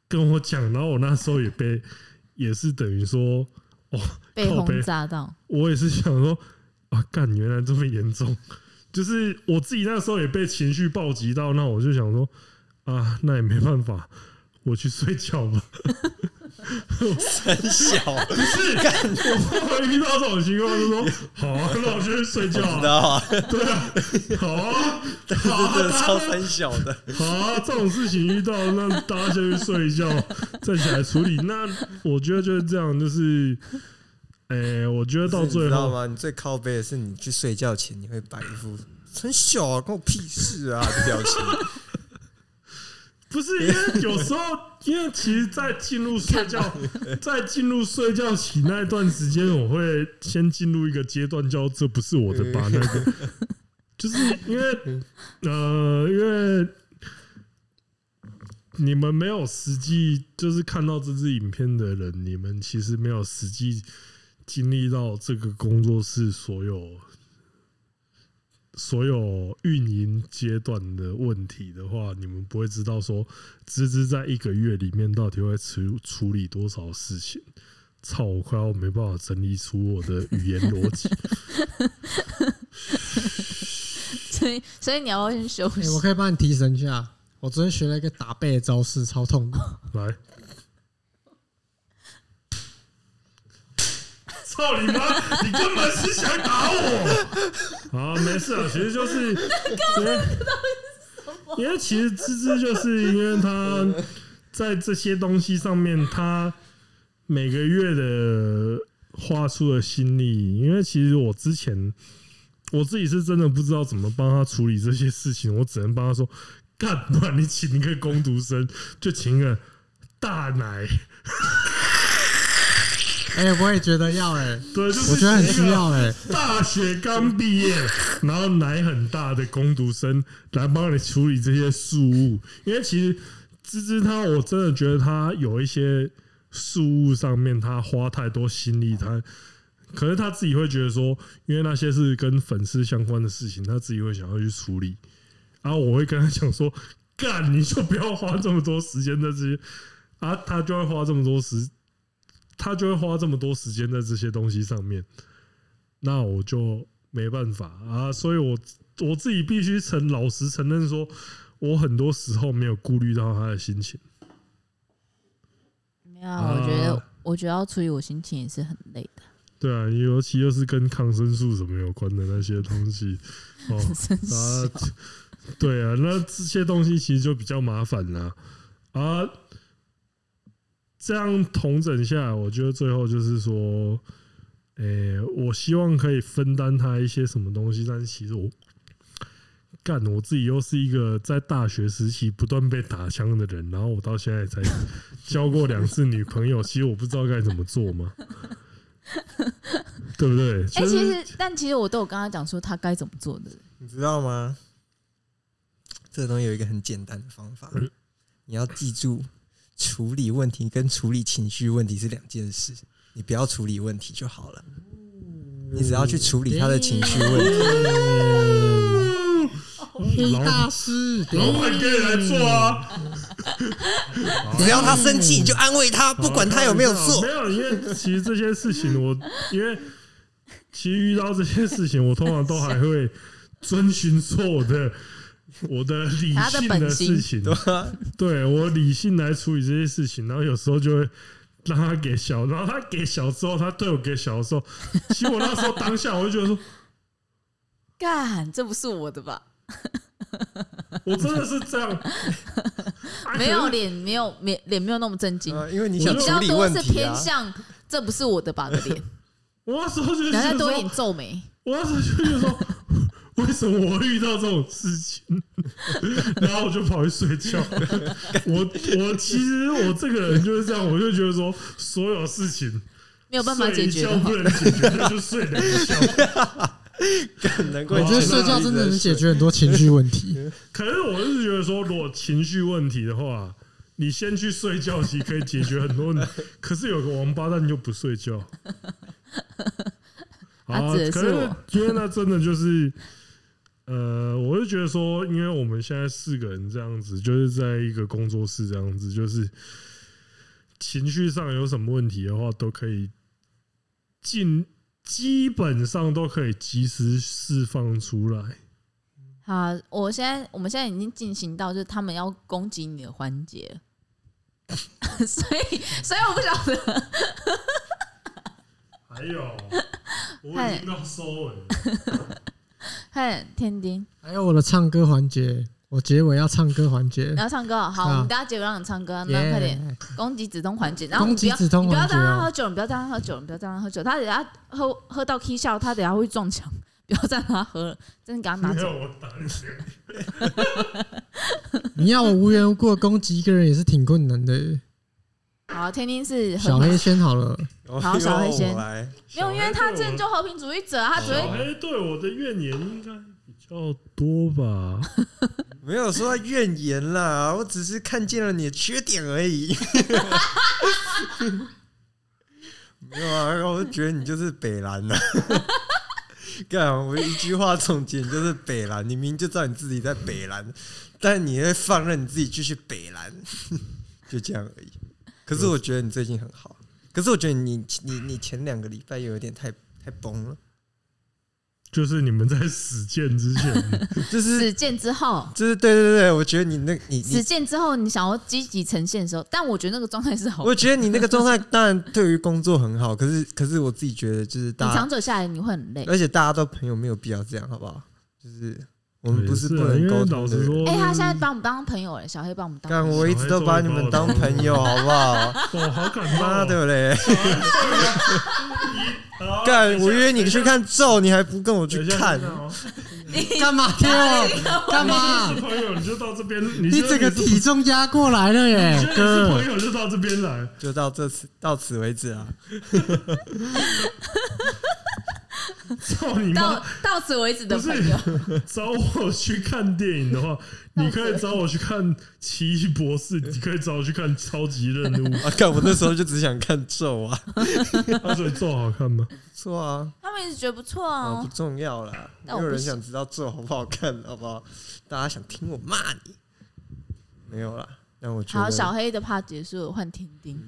Speaker 1: 跟我讲，然后我那时候也被也是等于说。
Speaker 2: 被
Speaker 1: 靠背
Speaker 2: 轰 炸到，
Speaker 1: 我也是想说啊，干， 原来这么严重，就是我自己那时候也被情绪暴击到，那我就想说，啊，那也没办法，我去睡觉吧。
Speaker 5: 很小，
Speaker 1: 不是，我怕遇到这种情况，就说好啊，那我就去睡觉、
Speaker 5: 你知
Speaker 1: 啊。
Speaker 5: 道吗？
Speaker 1: 对啊，好啊，好 啊，
Speaker 5: 真的
Speaker 1: 大
Speaker 5: 超
Speaker 1: 家
Speaker 5: 三小的，
Speaker 1: 好啊，这种事情遇到，那大家先去睡一觉， 再起来处理。那我觉得就是这样，就是，哎、我觉得到
Speaker 4: 你
Speaker 1: 最
Speaker 4: 知道
Speaker 1: 后，
Speaker 4: 吗？你最靠背的是你去睡觉前你会摆一副 很小啊，关我屁事啊的表情。
Speaker 1: 不是因为有时候，因为其实，在进入睡觉，在进入睡觉起那段时间，我会先进入一个阶段，叫这不是我的吧？那个，就是因为，呃，因为。你们没有实际就是看到这支影片的人，你们其实没有实际经历到这个工作室所有所有运营阶段的问题的话，你们不会知道说芝芝在一个月里面到底会处处理多少事情。操！我快要没办法整理出我的语言逻辑。
Speaker 2: 所以所以你要先休
Speaker 1: 哎
Speaker 3: 欸我
Speaker 2: 息。
Speaker 3: 可以帮你提神一下。我昨天学了一个打背的招式，超痛 的。
Speaker 1: 来， 操你妈！你根本是想打 我。啊，没事啊，其实就是，因为因为其实芝芝就是因为他在这些东西上面，他每个月的花出的心力，因为其实我之前我自己是真的不知道怎么帮他处理这些事情，我只能帮他说。干，不然你请一个工读生，就请一个大奶，
Speaker 3: 哎、我也觉得要 哎、
Speaker 1: 对，就是
Speaker 3: 我觉得很
Speaker 1: 请一
Speaker 3: 需
Speaker 1: 个
Speaker 3: 要哎、
Speaker 1: 大学刚毕业，然后奶很大的工读生来帮你处理这些事务，因为其实芝芝她，我真的觉得她有一些事务上面她花太多心力，她可是她自己会觉得说，因为那些是跟粉丝相关的事情，她自己会想要去处理，然后我会跟她讲说，干你就不要花这么多时间在这些，啊，她就会花这么多时。她就会花这么多时间在这些东西上面，那我就没办法啊，所以我我自己必须承老实承认说，我很多时候没有顾虑到他的心情。
Speaker 2: 没有啊，我觉得我觉得要处理我心情也是很累的，
Speaker 1: 对啊，尤其又是跟抗生素什么有关的那些东西，哦，
Speaker 2: 真是
Speaker 1: 啊，对啊，那这些东西其实就比较麻烦啦。啊，这样统整下来，我觉得最后就是说，诶、我希望可以分担他一些什么东西，但是其实我干我自己又是一个在大学时期不断被打枪的人，然后我到现在才交过两次女朋友，其实我不知道该怎么做嘛，对不对？
Speaker 2: 哎、
Speaker 1: 就
Speaker 2: 其
Speaker 1: 是
Speaker 2: 实但其实我都有跟他讲说他该怎么做的，
Speaker 4: 你知道吗？这个东西有一个很简单的方法，
Speaker 3: 嗯
Speaker 4: 你要记住，处理问题跟处理情绪问题是两件事。你不要处理问题就好了，
Speaker 3: 嗯
Speaker 4: 你只要去处理他的情绪问题。
Speaker 3: 黑
Speaker 1: 老
Speaker 3: 大师，
Speaker 1: 老板可以来做啊。
Speaker 3: 嗯
Speaker 4: 只要他生气，你就安慰他，不管他有没有
Speaker 1: 没
Speaker 4: 做。
Speaker 1: 有，因为其实这些事情我，因为其实遇到这些事情，我通常都还会遵循说我的我的理
Speaker 2: 他的
Speaker 1: 性
Speaker 2: 本
Speaker 1: 事
Speaker 2: 心
Speaker 1: 情，
Speaker 3: 嗯
Speaker 1: 对我理性来处理这些事情，然后有时候就会。让他给小，然后他给小之后，他对我给小的时候，其实我那时候当下我就觉得说，
Speaker 2: 干这不是我的吧？
Speaker 1: 我真的是这样，啊
Speaker 2: 没
Speaker 1: 可
Speaker 2: 有
Speaker 1: 是
Speaker 2: 脸，没有脸，脸没有那么震
Speaker 1: 哎
Speaker 2: 惊，
Speaker 4: 呃因为你
Speaker 1: 有
Speaker 4: 想
Speaker 2: 比
Speaker 4: 处
Speaker 2: 较
Speaker 4: 理
Speaker 2: 多
Speaker 4: 问
Speaker 2: 是
Speaker 4: 题
Speaker 2: 偏
Speaker 4: 啊，
Speaker 2: 向这不是我的吧的脸，
Speaker 1: 我那时候就觉
Speaker 2: 然后
Speaker 1: 得
Speaker 2: 再多一点
Speaker 1: 说，
Speaker 2: 皱眉。
Speaker 1: 我那时候就觉得说，为什么我会遇到这种事情？ 然后我就跑去睡觉。我我其实我这个人就是这样，我就觉得说，所有事情
Speaker 2: 没有办法解决
Speaker 1: 睡一觉
Speaker 2: 的话
Speaker 1: 不，能解决，那就睡两个觉。
Speaker 4: 难怪
Speaker 1: 我
Speaker 3: 我
Speaker 4: 你
Speaker 3: 觉得
Speaker 4: 前
Speaker 3: 睡
Speaker 4: 面
Speaker 3: 觉
Speaker 4: 一直
Speaker 3: 真的
Speaker 4: 在
Speaker 3: 能解
Speaker 4: 睡。
Speaker 3: 决很多情绪问题。
Speaker 1: 可是我是觉得说，如果情绪问题的话，你先去睡觉，其实可以解决很多问题。 可是有个王八蛋就不睡觉，好啊，
Speaker 2: 他指的
Speaker 1: 可
Speaker 2: 是我
Speaker 1: 是因为那真的就是，呃，我是觉得说，因为我们现在四个人这样子，就是在一个工作室这样子，就是情绪上有什么问题的话，都可以尽基本上都可以及时释放出来。
Speaker 2: 啊，我现在我们现在已经进行到就是他们要攻击你的环节了， 所以所以我不晓得，
Speaker 1: 还 有，我已经到收尾了，
Speaker 2: 哎嘿，天丁，
Speaker 3: 还有我的唱歌环节，我结尾要唱歌环节
Speaker 2: 你，要唱歌哦好，
Speaker 3: 啊
Speaker 2: 我们大家结尾让你唱歌，那快点攻击止痛环节，然后
Speaker 3: 攻击止痛
Speaker 2: 你不要
Speaker 3: 环
Speaker 2: 你
Speaker 3: 节
Speaker 2: 不要让他
Speaker 3: 哦
Speaker 2: 喝酒，你不要让他喝酒，你不要让他喝酒，他等下喝喝到 K 笑，他等下会撞墙，不要再让他喝了，真的给他拿
Speaker 1: 没
Speaker 2: 走
Speaker 1: 有，我打你脸。
Speaker 3: 你要我无缘无故地攻击一个人也是挺困难的。
Speaker 2: 好，天丁是很
Speaker 3: 小黑先好 了，
Speaker 2: 好小黑先
Speaker 4: 哦我来，
Speaker 2: 没有，因为他真的就和平主义者啊，他只
Speaker 1: 小
Speaker 2: 会
Speaker 1: 黑哎对我的怨言应该比较多吧？
Speaker 4: 没有说到怨言啦，我只是看见了你的缺点而已。 没有啊，然后我就觉得你就是北蓝呐、 干，我一句话总结，你就是北蓝。你明明就知道你自己在北蓝，但你会放任你自己继续北蓝， 就这样而已。可是我觉得你最近很好，可是我觉得你你你前两个礼拜又有点太太崩了，
Speaker 1: 就是你们在死谏之前，
Speaker 4: 就是
Speaker 2: 死谏之后。
Speaker 4: 就是对对对，我觉得你那你你
Speaker 2: 实践之后，你想要积极呈现的时候，但我觉得那个状态是好的。
Speaker 4: 我觉得你那个状态，当然对于工作很好，可 是可是我自己觉得就是
Speaker 2: 你
Speaker 4: 大
Speaker 2: 长
Speaker 4: 家，
Speaker 2: 久下来，你会很累。
Speaker 4: 而且大家都朋友没有必要这样，好不好？就是 我们不是
Speaker 1: 对
Speaker 4: 不
Speaker 1: 啊
Speaker 4: 能
Speaker 1: 因为
Speaker 4: 沟
Speaker 1: 老
Speaker 4: 通的
Speaker 1: 实
Speaker 4: 人。
Speaker 1: 说，
Speaker 2: 哎、他现在把我们当朋友哎，小黑把我们当
Speaker 4: 干，
Speaker 2: 朋友。
Speaker 4: 我一直都把你们当朋友，好不好？
Speaker 1: 我好感 动
Speaker 4: 妈
Speaker 1: 哦。
Speaker 4: 的嘞！
Speaker 1: 好
Speaker 4: 干，我约你去，看咒，你还不跟我
Speaker 1: 等一
Speaker 4: 去
Speaker 1: 下
Speaker 4: 看？
Speaker 1: 等一下
Speaker 3: 干嘛贴我？干嘛
Speaker 1: 是？朋友你就到这 边，你
Speaker 3: 你
Speaker 1: 觉得
Speaker 3: 整个
Speaker 1: 是
Speaker 3: 体重压过来了
Speaker 1: 你
Speaker 3: 耶
Speaker 1: 觉，得你
Speaker 3: 哥
Speaker 1: 是！朋友就到这边来，
Speaker 4: 就到这次到此为止啊！
Speaker 1: 操你妈
Speaker 2: 到！到此为止的
Speaker 1: 不
Speaker 2: 朋
Speaker 1: 是
Speaker 2: 友，
Speaker 1: 找我去看电影的 话，你可以找我去看《奇异博士》，你可以找我去看《超级任务》
Speaker 4: 啊，干，我那时候就只想看咒啊，
Speaker 1: 啊。所以咒好看吗？
Speaker 4: 不错啊，
Speaker 2: 他们一直觉得不错
Speaker 4: 啊
Speaker 2: 哦
Speaker 4: 不。重要啦，没
Speaker 2: 那我
Speaker 4: 有
Speaker 2: 不
Speaker 4: 人
Speaker 2: 行
Speaker 4: 想知道咒好不好看，好不好？大家想听我骂你，没有啦。那我觉
Speaker 2: 好，
Speaker 4: 得
Speaker 2: 小黑的 part 结束了，换天丁。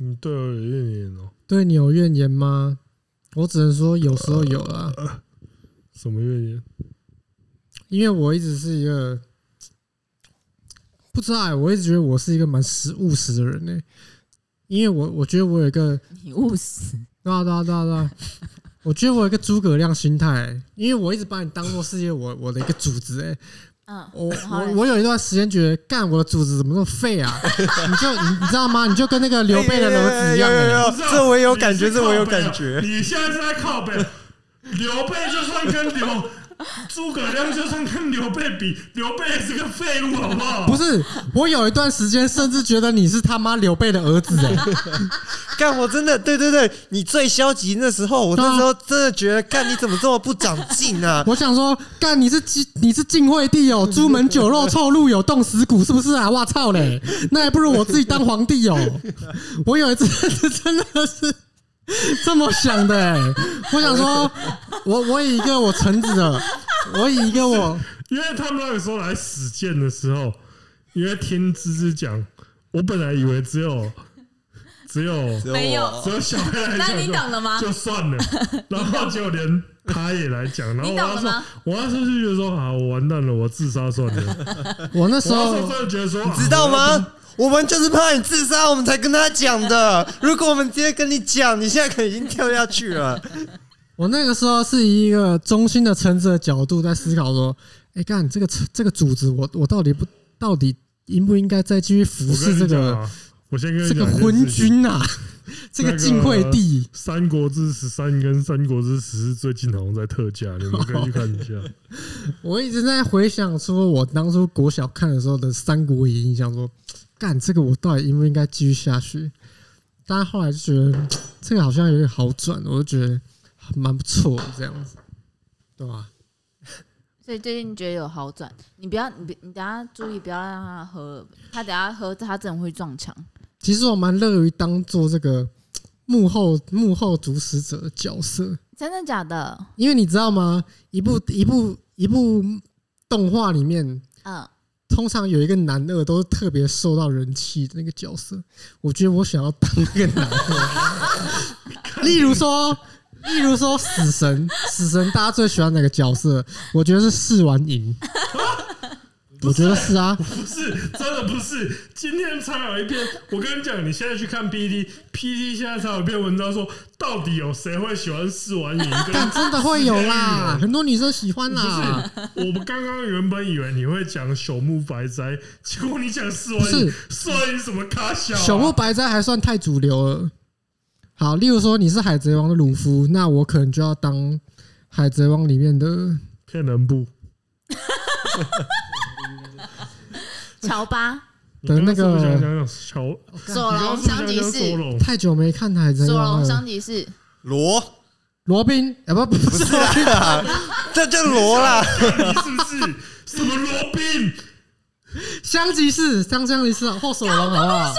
Speaker 1: 你对我有怨言哦？
Speaker 3: 对你有怨言吗？我只能说有时候有啦，
Speaker 1: 什么怨言？
Speaker 3: 因为我一直是一个不知道欸，我一直觉得我是一个蛮实务实的人呢、因为我我觉得我有一个
Speaker 2: 你务实，
Speaker 3: 对啊对啊对啊对 啊，我觉得我有一个诸葛亮心态欸，因为我一直把你当做是一个我我的一个主子哎、
Speaker 2: 嗯，
Speaker 3: 我
Speaker 2: 然后嘞
Speaker 3: 我我有一段时间觉得，干我的主子怎么那么废 啊？你就你你知道吗？你就跟那个刘备的儿子一样、
Speaker 4: 哎有有
Speaker 3: 欸，
Speaker 4: 有，
Speaker 1: 不是啊
Speaker 4: 这我有感觉，
Speaker 1: 你是
Speaker 4: 这我有
Speaker 1: 靠北啊
Speaker 4: 感觉。
Speaker 1: 你现在是在靠北，刘备就算跟刘 诸葛亮就算跟刘备比，刘备也是个废物，好不好？
Speaker 3: 不是我有一段时间甚至觉得你是他妈刘备的儿子哎、
Speaker 4: 干，我真的，对对对，你最消极那时候，我
Speaker 3: 对啊
Speaker 4: 那时候真的觉得，干你怎么这么不长进 啊？
Speaker 3: 我想说，干你是晋你是晋惠 帝哦，朱门酒肉臭，路有冻死骨，是不是啊？哇操嘞，那还不如我自己当皇 帝哦。我有一次真的是 这么想的、欸，我想说，我我以一个我臣子的，我以一个我
Speaker 1: 因为他们那个时候来死谏的时候，因为听芝芝讲，我本来以为只 有只有
Speaker 4: 只我
Speaker 2: 没有
Speaker 1: 只有小黑来
Speaker 2: 那
Speaker 1: 讲
Speaker 2: 你
Speaker 1: 就
Speaker 2: 懂了吗？
Speaker 1: 就算了，然后就连他也来讲，然后
Speaker 2: 你
Speaker 1: 我
Speaker 2: 懂
Speaker 1: 那
Speaker 2: 了
Speaker 1: 时候
Speaker 2: 吗
Speaker 1: 我那时候就觉得说啊，我完蛋了，我自杀算 了。
Speaker 3: 我那
Speaker 1: 我
Speaker 3: 时
Speaker 1: 那时
Speaker 3: 候
Speaker 1: 候真的觉得说，啊
Speaker 4: 知道吗？我们就是怕你自杀，我们才跟他讲的。如果我们直接跟你讲，你现在可能已经跳下去了。
Speaker 3: 我那个时候是以一个中心的臣子的角度在思考说，哎、干这个这个主子，我我到底不到底应不应该再继续服
Speaker 1: 我跟
Speaker 3: 侍
Speaker 1: 你
Speaker 3: 这
Speaker 1: 讲
Speaker 3: 个
Speaker 1: 啊，我先跟你
Speaker 3: 这个
Speaker 1: 讲一件
Speaker 3: 昏
Speaker 1: 事情
Speaker 3: 君啊， 这个晋惠帝？
Speaker 1: 《三国志十三》跟《三国志十四》最近好像在特价，你们可以去看一下。
Speaker 3: 我一直在回想说，我当初国小看的时候的《三国演义》，想说，干这个我到底应不应该继续下去？但后来就觉得嘖这个好像有点好转，我就觉得蛮不错的这样子，对吧、
Speaker 2: 所以最近觉得有好转，你不要，你别你等下注意，不要让他喝，他等下喝，他真的会撞墙。
Speaker 3: 其实我蛮乐于当做这个嘖幕后幕后主使者的角色，
Speaker 2: 真的假的？
Speaker 3: 因为你知道吗？一部一部一部动画里面，
Speaker 2: 嗯，
Speaker 3: 通常有一个男二都是特别受到人气的那个 角色，我觉得我想要当那个男二。例如说，例如说死神，死神大家最喜欢哪个角色？我觉得是试完 赢。我觉得是啊，
Speaker 1: 不是，真的不是。今天才有一篇，我跟你讲，你现在去看 PPT，PPT 现在才有一篇文章说，到底有谁会喜欢试完赢
Speaker 3: 但
Speaker 1: 跟
Speaker 3: 真的会有啦，很多女生喜欢
Speaker 1: 不
Speaker 3: 啦。
Speaker 1: 是，我们刚刚原本以为你会讲朽木白哉，结果你讲四万
Speaker 3: 不
Speaker 1: 银
Speaker 3: 是，
Speaker 1: 四万银什么咖小、啊？
Speaker 3: 朽木白哉还算太主流了。好，例如说你是海贼王的鲁夫，那我可能就要当海贼王里面的
Speaker 1: 骗人不？
Speaker 2: 乔巴、
Speaker 1: 你刚刚是不是
Speaker 3: 的那个
Speaker 1: 想讲小，
Speaker 2: 索
Speaker 1: 你刚刚是不是
Speaker 2: 隆、香
Speaker 1: 想
Speaker 2: 吉
Speaker 1: 讲索
Speaker 2: 士、
Speaker 1: 隆，
Speaker 3: 太久没看海贼
Speaker 2: 索
Speaker 3: 王
Speaker 2: 隆、
Speaker 3: 了
Speaker 2: 香。吉士，
Speaker 5: 罗
Speaker 3: 罗宾，啊不不
Speaker 5: 不
Speaker 3: 是
Speaker 5: 是
Speaker 4: 啊
Speaker 5: 啦，这就罗 啦，
Speaker 1: 你是不是什么罗宾？
Speaker 3: 香吉士，香香吉士，后手王好不好？
Speaker 2: 哦，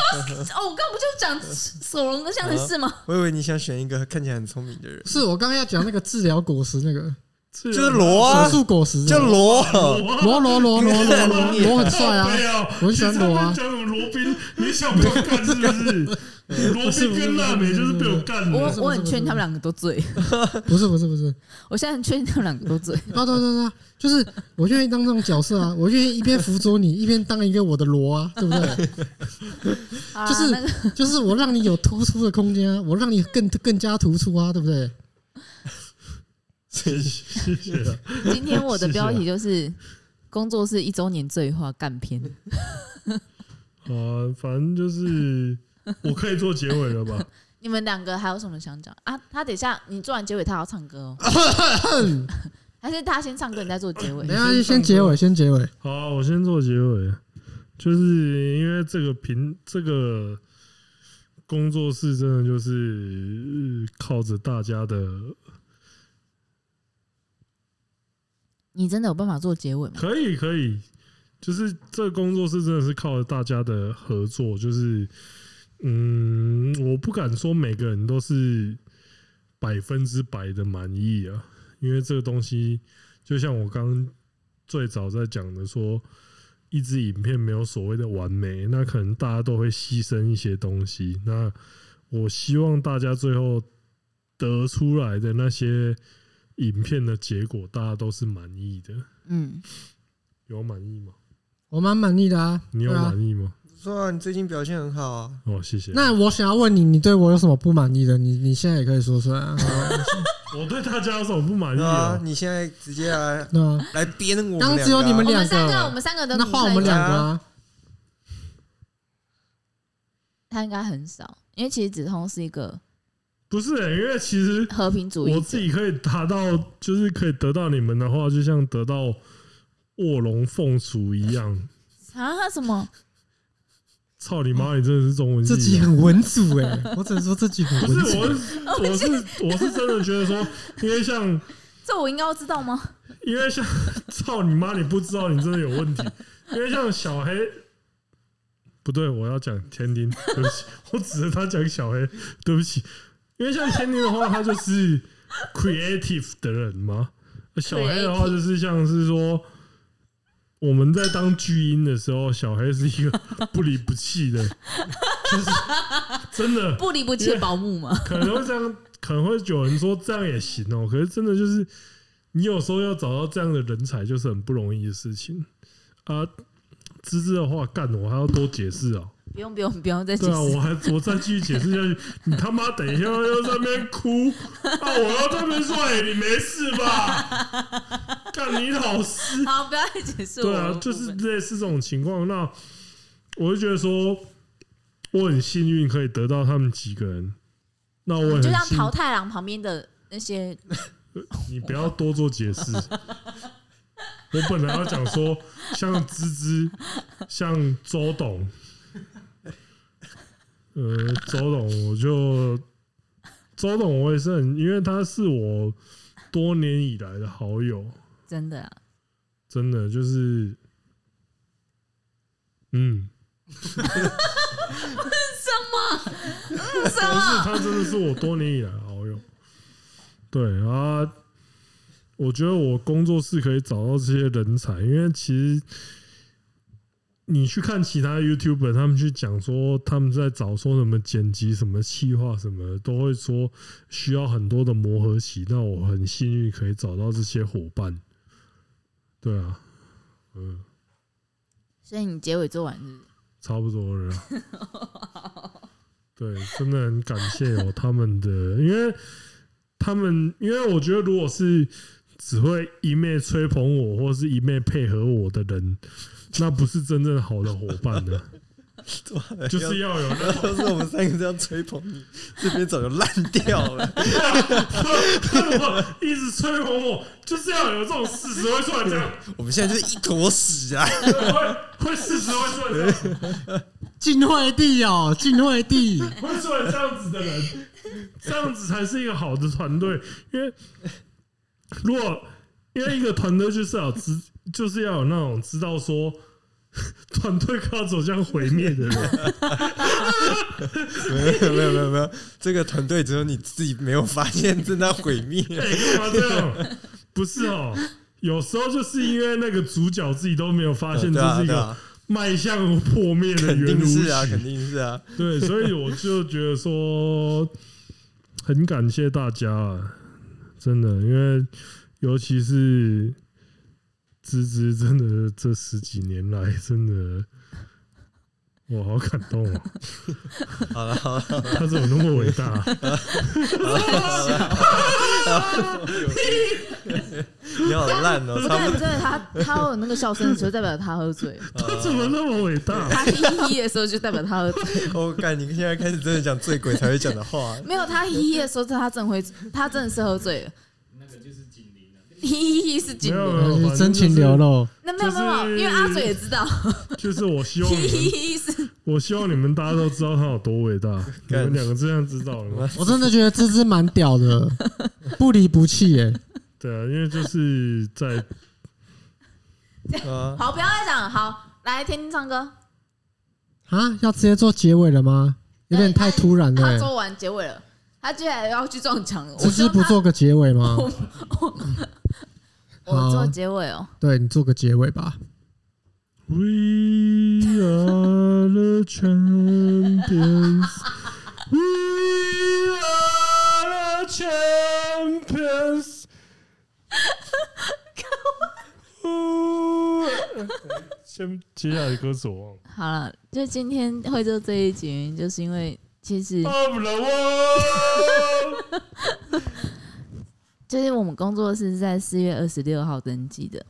Speaker 2: 我刚不就讲
Speaker 3: 呃
Speaker 2: 索隆跟香吉士吗？
Speaker 4: 我以为你想选一个看起来很聪明的人，
Speaker 3: 是我刚刚要讲那个治疗果实那个
Speaker 1: 就
Speaker 5: 就是罗啊
Speaker 3: 手，术果实，
Speaker 5: 就罗，
Speaker 3: 罗罗罗罗罗罗罗很帅啊
Speaker 1: 对啊，
Speaker 3: 我很喜欢罗啊
Speaker 1: 你在那边讲什么罗宾？你小朋友干是 不
Speaker 3: 呃
Speaker 1: 是？罗宾跟娜美就是被我干
Speaker 2: 我
Speaker 1: 的。
Speaker 2: 我很劝他们两个都醉，
Speaker 3: 不是不是不是，
Speaker 2: 我现在很劝他们两个都醉。
Speaker 3: 啊对对对对，就是我愿意当这种角色啊，我愿意一边辅佐你，一边当一个我的罗啊，对不对？
Speaker 2: 好啦
Speaker 3: 就是
Speaker 2: 那个
Speaker 3: 就是我让你有突出的空间啊，我让你更更加突出啊，对不对？
Speaker 1: 谢 谢啊。
Speaker 2: 今天我的标
Speaker 3: 啊
Speaker 2: 题就是“工作室一周年醉话干片
Speaker 1: 好啊，反正就是我可以做结尾了吧？”。
Speaker 2: 你们两个还有什么想讲啊？他等一下你做完结尾，他要唱歌 哦，还是他先唱歌，你再做结尾
Speaker 3: 没？关系，先结尾，先结尾。
Speaker 1: 好啊，我先做结尾，就是因为这个平这个工作室真的就是呃靠着大家的，
Speaker 2: 你真的有办法做结尾吗？
Speaker 1: 可以可以，就是这个工作室真的是靠着大家的合作，就是嗯，我不敢说每个人都是百分之百的满意啊，因为这个东西就像我刚刚最早在讲的说。一支影片没有所谓的完美，那可能大家都会牺牲一些东西。那我希望大家最后得出来的那些影片的结果，大家都是满意的。
Speaker 2: 嗯，
Speaker 1: 有满意吗？
Speaker 3: 我蛮满意的啊，
Speaker 1: 你有
Speaker 3: 对啊
Speaker 1: 满意吗？
Speaker 4: 不错啊，你最近表现很好啊。
Speaker 1: 哦，谢谢。
Speaker 3: 那我想要问你，你对我有什么不满意的？你你现在也可以说出来啊，
Speaker 1: 我对大家有什么不满意
Speaker 4: 对啊
Speaker 1: 啊，？
Speaker 4: 你现在直接来
Speaker 3: 对啊，
Speaker 4: 来编我们两个啊，
Speaker 3: 刚只有你们
Speaker 2: 我们三
Speaker 3: 两个
Speaker 2: 个，我们三个都
Speaker 3: 那换我们两个啊，
Speaker 2: 他应该很少，因为其实子通是一个
Speaker 1: 不是、欸，因为其实
Speaker 2: 和平主义者
Speaker 1: 我自己可以达到，就是可以得到你们的话，就像得到卧龙凤雏一 样。
Speaker 2: 啊什么？
Speaker 1: 操你妈！你真的是中文系
Speaker 3: 自
Speaker 1: 啊
Speaker 3: 己很文主哎、我只能说自己很
Speaker 1: 不
Speaker 3: 文
Speaker 1: 是
Speaker 3: 主。
Speaker 1: 我是我是我是真的觉得说，因为像
Speaker 2: 这我应该要知道吗？
Speaker 1: 因为像操你妈，你不知道你真的有问题。 因为像小黑，不对，我要讲天丁，对不起，我指着他讲小黑，对不起。因为像天丁的话，他就是 creative 的人嘛。小黑的话，就是像是说，我们在当巨婴的时候，小黑是一个不离不弃的，就是真的
Speaker 2: 不离不弃的保姆吗？
Speaker 1: 可能会这样，可能会有人说这样也行哦、可是真的就是，你有时候要找到这样的人才，就是很不容易的事情啊。芝芝的话，干我还要多解释啊、
Speaker 2: 不用不用不用再解
Speaker 1: 对啊，
Speaker 2: 释。
Speaker 1: 我还我再继续解释下去，你他妈等一下又在那边哭啊！我要在那边说，哎、你没事吧？干你老师，
Speaker 2: 好，不要再解释我
Speaker 1: 对
Speaker 2: 的部
Speaker 1: 啊，
Speaker 2: 分。
Speaker 1: 就是类似这种情况。那我就觉得说，我很幸运可以得到他们几个人。那我也很
Speaker 2: 就像
Speaker 1: 幸
Speaker 2: 桃太郎旁边的那些，
Speaker 1: 你不要多做解释。我本来要讲说，像芝芝，像周董，呃，周董，我就周董，我也是很，因为他是我多年以来的好友，
Speaker 2: 真的啊，
Speaker 1: 真的就是，嗯，不是，
Speaker 2: 什么？
Speaker 1: 他真的是我多年以来的好友。对啊，我觉得我工作室可以找到这些人才，因为其实你去看其他 YouTuber，他们去讲说他们在找说什么剪辑、什么企划、什么的，都会说需要很多的磨合期。那我很幸运可以找到这些伙伴。对啊，嗯，
Speaker 2: 所以你结尾做完是不是
Speaker 1: 差不多了。对，真的很感谢有他们的，因为他们，因为我觉得如果是只会一昧吹捧我，或是一昧配合我的人，那不是真正好的伙伴的，就是要有
Speaker 4: 然后都是我们三个这样吹捧你，这边早就烂掉了。
Speaker 1: 我一直吹捧我，就是要有这种事实会出来这样，
Speaker 4: 我们现在就是一坨屎啊！
Speaker 1: 会会事实会出来这样，
Speaker 3: 晋惠帝哦，晋惠 帝，
Speaker 1: 会出来这样子的人，这样子才是一个好的团队。因为如果因为一个团队就是要知，就是要有那种知道说。团队快要走向毁灭的人，
Speaker 4: 没有没有没有没有，这个团队只有你自己没有发现正在毁灭。
Speaker 1: 哎、干嘛这样？不是哦，有时候就是因为那个主角自己都没有发现，
Speaker 4: 对
Speaker 1: 这
Speaker 4: 啊
Speaker 1: 是一
Speaker 4: 对
Speaker 1: 个
Speaker 4: 啊，
Speaker 1: 迈向破灭的
Speaker 4: 肯
Speaker 1: 圆
Speaker 4: 定
Speaker 1: 舞曲
Speaker 4: 是啊，肯定是啊。
Speaker 1: 对，所以我就觉得说，很感谢大家啊，真的，因为尤其是芝芝，真的这十几年来，真的，我好感动哦、
Speaker 4: 好了好了，
Speaker 1: 他怎么那么伟大、啊
Speaker 4: 你好烂哦，
Speaker 2: 不
Speaker 4: 差
Speaker 2: 对
Speaker 4: 不
Speaker 2: 不
Speaker 4: 多。
Speaker 2: 对，他他有那个笑声的时候，代表他喝 醉了；
Speaker 1: 他怎么那么伟大？啊
Speaker 2: 他嘿嘿的时候，就代表他喝醉。
Speaker 4: 我感你现在开始真的讲醉鬼才会讲的话，
Speaker 2: 没有他嘿嘿的时候，他真的会，他真的是喝醉了。那个就是锦嘿嘿是锦
Speaker 1: 没有
Speaker 2: 鲤，
Speaker 1: 没有，反正
Speaker 3: 真
Speaker 1: 就是
Speaker 3: 情流。露。
Speaker 2: 那没有没有没
Speaker 1: 就
Speaker 2: 有，
Speaker 1: 是
Speaker 2: 因为阿嘴也知道，
Speaker 1: 就是我希望
Speaker 2: 嘿
Speaker 1: 你们，
Speaker 2: 嘿是
Speaker 1: 我希望你们大家都知道他有多伟大。啊你们两个这样知道了吗？
Speaker 3: 我真的觉得芝芝蛮屌的， 不离不弃欸耶、
Speaker 1: 对啊，因为就是在
Speaker 4: 啊，
Speaker 2: 好，不要再讲，好，来天天唱歌。
Speaker 3: 啊！要直接做结尾了吗？有点太突然了、
Speaker 2: 哎他
Speaker 3: 欸。
Speaker 2: 做完结尾了，他接下来要去撞墙了。我
Speaker 3: 芝
Speaker 2: 希
Speaker 3: 芝
Speaker 2: 望
Speaker 3: 不
Speaker 2: 他，
Speaker 3: 做个结尾吗？
Speaker 2: 我做结尾哦。
Speaker 3: 对你做个结尾吧。
Speaker 1: We are the champions. We are the champions. 先接下来歌手忘了
Speaker 2: 好了，就今天会做这一集，就是因为其实
Speaker 1: Of the world.
Speaker 2: 就是我们工作室是在四月二十六号登记的。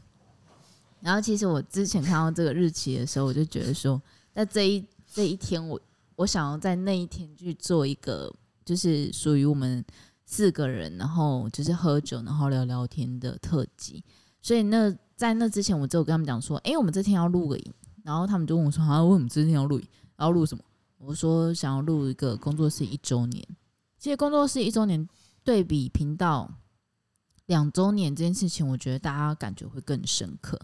Speaker 2: 然后其实我之前看到这个日期的时候，我就觉得说，在这一这一天我，我想要在那一天去做一个，就是属于我们四个人，然后就是喝酒，然后聊聊天的特辑。所以那在那之前，我只有跟他们讲说，诶，我们这天要录个影。然后他们就问我说，啊，为什么这天要录影？然后录什么？我说想要录一个工作室一周年。其实工作室一周年对比频道两周年这件事情，我觉得大家感觉会更深刻，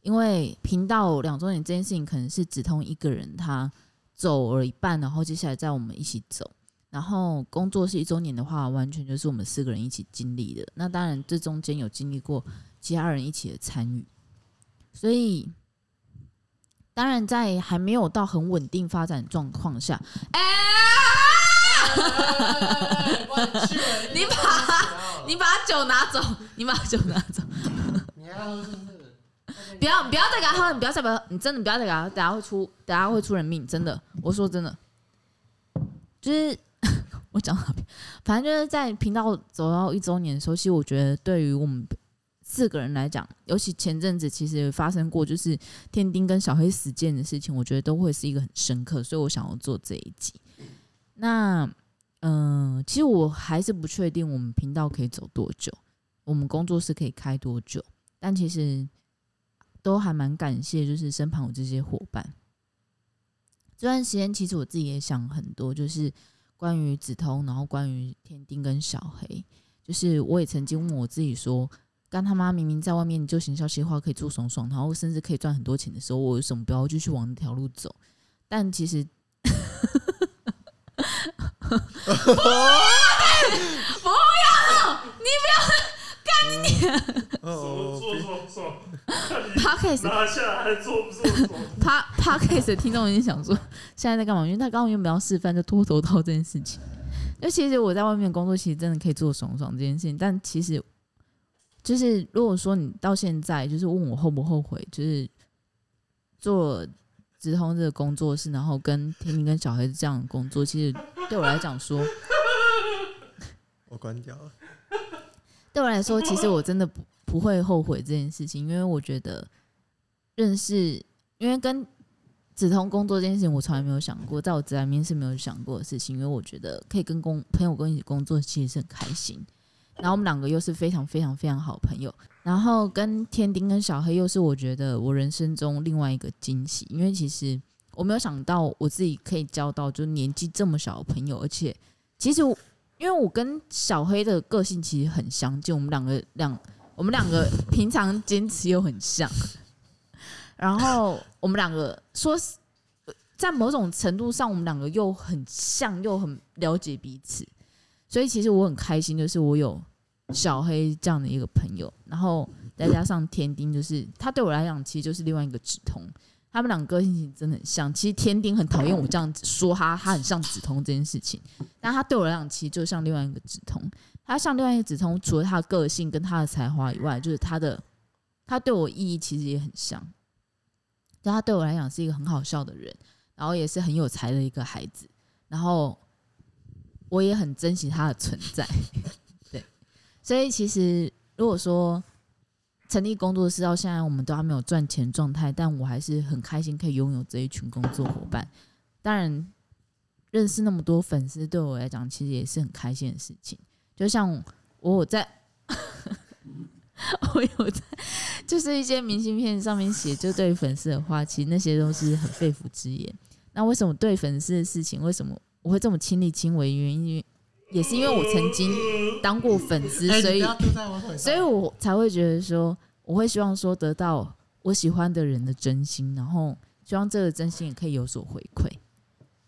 Speaker 2: 因为频道两周年这件事情，可能是只通一个人他走了一半，然后接下来再我们一起走。然后工作室一周年的话，完全就是我们四个人一起经历的。那当然，这中间有经历过其他人一起的参与，所以当然在还没有到很稳定发展状况下，哎、你把你把酒拿走， 你把酒拿走。不要不要再给他喝，你不要再把他，你真的不要再给他喝，等下会出等下会出人命，真的，我说真的，就是 我讲到哪边，反正就是在频道走到一周年的时候，其实我觉得对于我们四个人来讲，尤其前阵子其实也发生过就是天丁跟小黑死谏的事情，我觉得都会是一个很深刻，所以我想要做这一集。那嗯、呃其实我还是不确定我们频道可以走多久，我们工作室可以开多久，但其实都还蛮感谢，就是身旁有这些伙伴。这段时间其实我自己也想很多，就是关于梓潼，然后关于天丁跟小黑，就是我也曾经问我自己说，干他妈明明在外面就行销企划可以做爽爽，然后甚至可以赚很多钱的时候，我为什么不要继续往那条路走？但其实
Speaker 4: 哦，
Speaker 1: 说说说，
Speaker 2: podcast
Speaker 1: 拿下来还做不做作？
Speaker 2: pa podcast 的听众已经想说 现在在干嘛，因为他刚刚又没有示范，就脱头套这件事情。那其实我在外面工作，其实真的可以做爽爽这件事情，但其实就是如果说你到现在就是问我后不后悔，就是做直通这个工作室，然后跟婷婷跟小孩子这样的工作，其实对我来讲说，
Speaker 4: 我关掉了。
Speaker 2: 对我来说，其实我真的不不会后悔这件事情，因为我觉得认识，因为跟梓潼工作这件事情，我从来没有想过，在我职涯面是没有想过的事情，因为我觉得可以跟工朋友跟一起工作，其实是很开心。然后我们两个又是非常非常非常好的朋友，然后跟天丁跟小黑又是我觉得我人生中另外一个惊喜，因为其实我没有想到我自己可以交到就年纪这么小的朋友，而且其实我因为我跟小黑的个性其实很相近，我们两个两我们两个平常坚持又很像， 然后我们两个说是在某种程度上，我们两个又很像，又很了解彼此，所以其实我很开心，就是我有小黑这样的一个朋友，然后再加上天丁，就是他对我来讲其实就是另外一个止痛。他们两个个性其实真的很像，其实天丁很讨厌我这样子说他，他很像止痛这件事情。但他对我来讲，其实就像另外一个梓潼。他像另外一个梓潼，除了他的个性跟他的才华以外，就是他的他对我意义其实也很像。但他对我来讲是一个很好笑的人，然后也是很有才的一个孩子，然后我也很珍惜他的存在。对，所以其实如果说成立工作室到现在，我们都还没有赚钱状态，但我还是很开心可以拥有这一群工作伙伴。当然，认识那么多粉丝，对我来讲其实也是很开心的事情。就像我有在， 我有在，就是一些明信片上面写就对粉丝的话，其实那些都是很肺腑之言。那为什么对粉丝的事情，为什么我会这么亲力亲为？原因也是因为我曾经当过粉丝，
Speaker 3: 哎，
Speaker 2: 所
Speaker 3: 你
Speaker 2: 以
Speaker 3: 不要丢在我腿上
Speaker 2: 所以我才会觉得说，我会希望说得到我喜欢的人的真心，然后希望这个真心也可以有所回馈。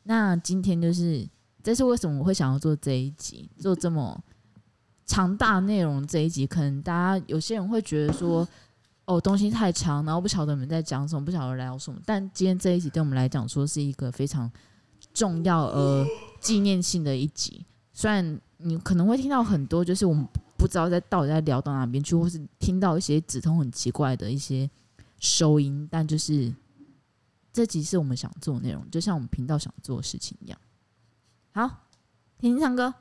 Speaker 2: 那今天就是，这是为什么我会想要做这一集，做这么长大内容这一集，可能大家有些人会觉得说。哦，东西太长，然后不晓得你们在讲什么，不晓得聊什么。但今天这一集对我们来讲说是一个非常重要而纪念性的一集。虽然你可能会听到很多，就是我们不知道在到底在聊到哪边去，或是听到一些止痛很奇怪的一些收音，但就是这集是我们想做的内容，就像我们频道想做的事情一样。好，婷婷唱歌，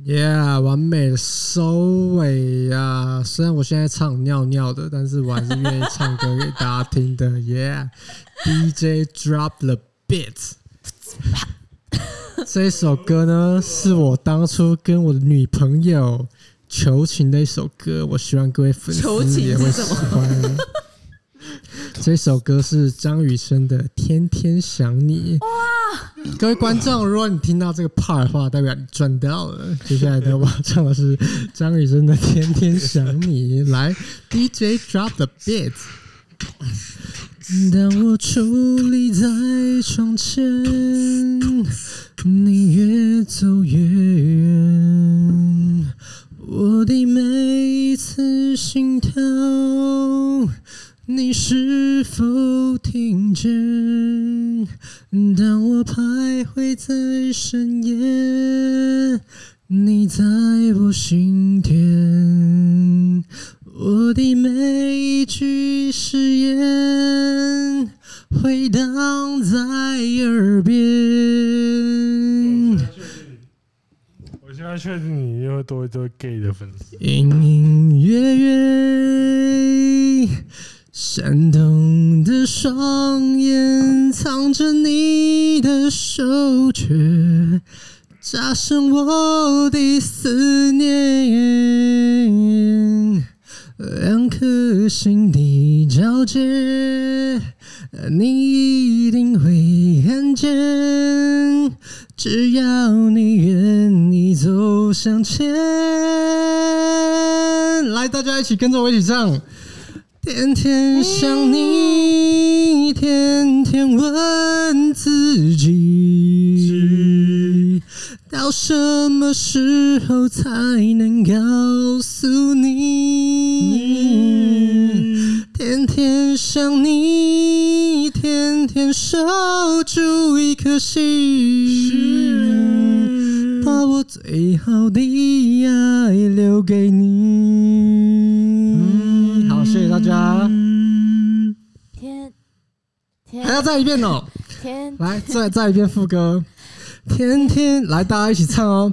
Speaker 3: Yeah，完美的收尾呀、虽然我现在唱尿尿的，但是我还是愿意唱歌给大家听的。Yeah，DJ drop the beat。这首歌呢，是我当初跟我的女朋友求情的一首歌，我希望各位粉
Speaker 2: 求情
Speaker 3: 丝
Speaker 2: 是
Speaker 3: 也会喜
Speaker 2: 什么
Speaker 3: 欢。 这首歌是张雨生的《天天想你》。各位观众，如果你听到这个 part 的话，代表你赚到了。接下来呢，我要唱的是张雨生的《天天想你》。来，DJ drop the beat。当我矗立在窗前，你越走越远，我的每一次心跳，你是否听见？当我徘徊在深夜，你在我心田，我的每一句誓言回荡在耳边。
Speaker 1: 嗯我现在确定你一定会多一堆 gay 的粉丝。
Speaker 3: 隐隐约约，闪动的双眼藏着你的手诀，加深我的思念。两颗心的交界，你一定会看见。只要你愿意走向前，来，大家一起跟着我一起唱。天天想你，天天问自己，到什么时候才能告诉你？天天想你，天天守住一颗心，
Speaker 6: 啊
Speaker 3: 把我最好的爱留给你。
Speaker 6: 嗯，好，谢谢大家，
Speaker 2: 天
Speaker 6: 还
Speaker 2: 天
Speaker 6: 要再一遍哦，
Speaker 2: 天，
Speaker 6: 来， 再再一遍副歌，
Speaker 3: 天天来，大家一起唱哦！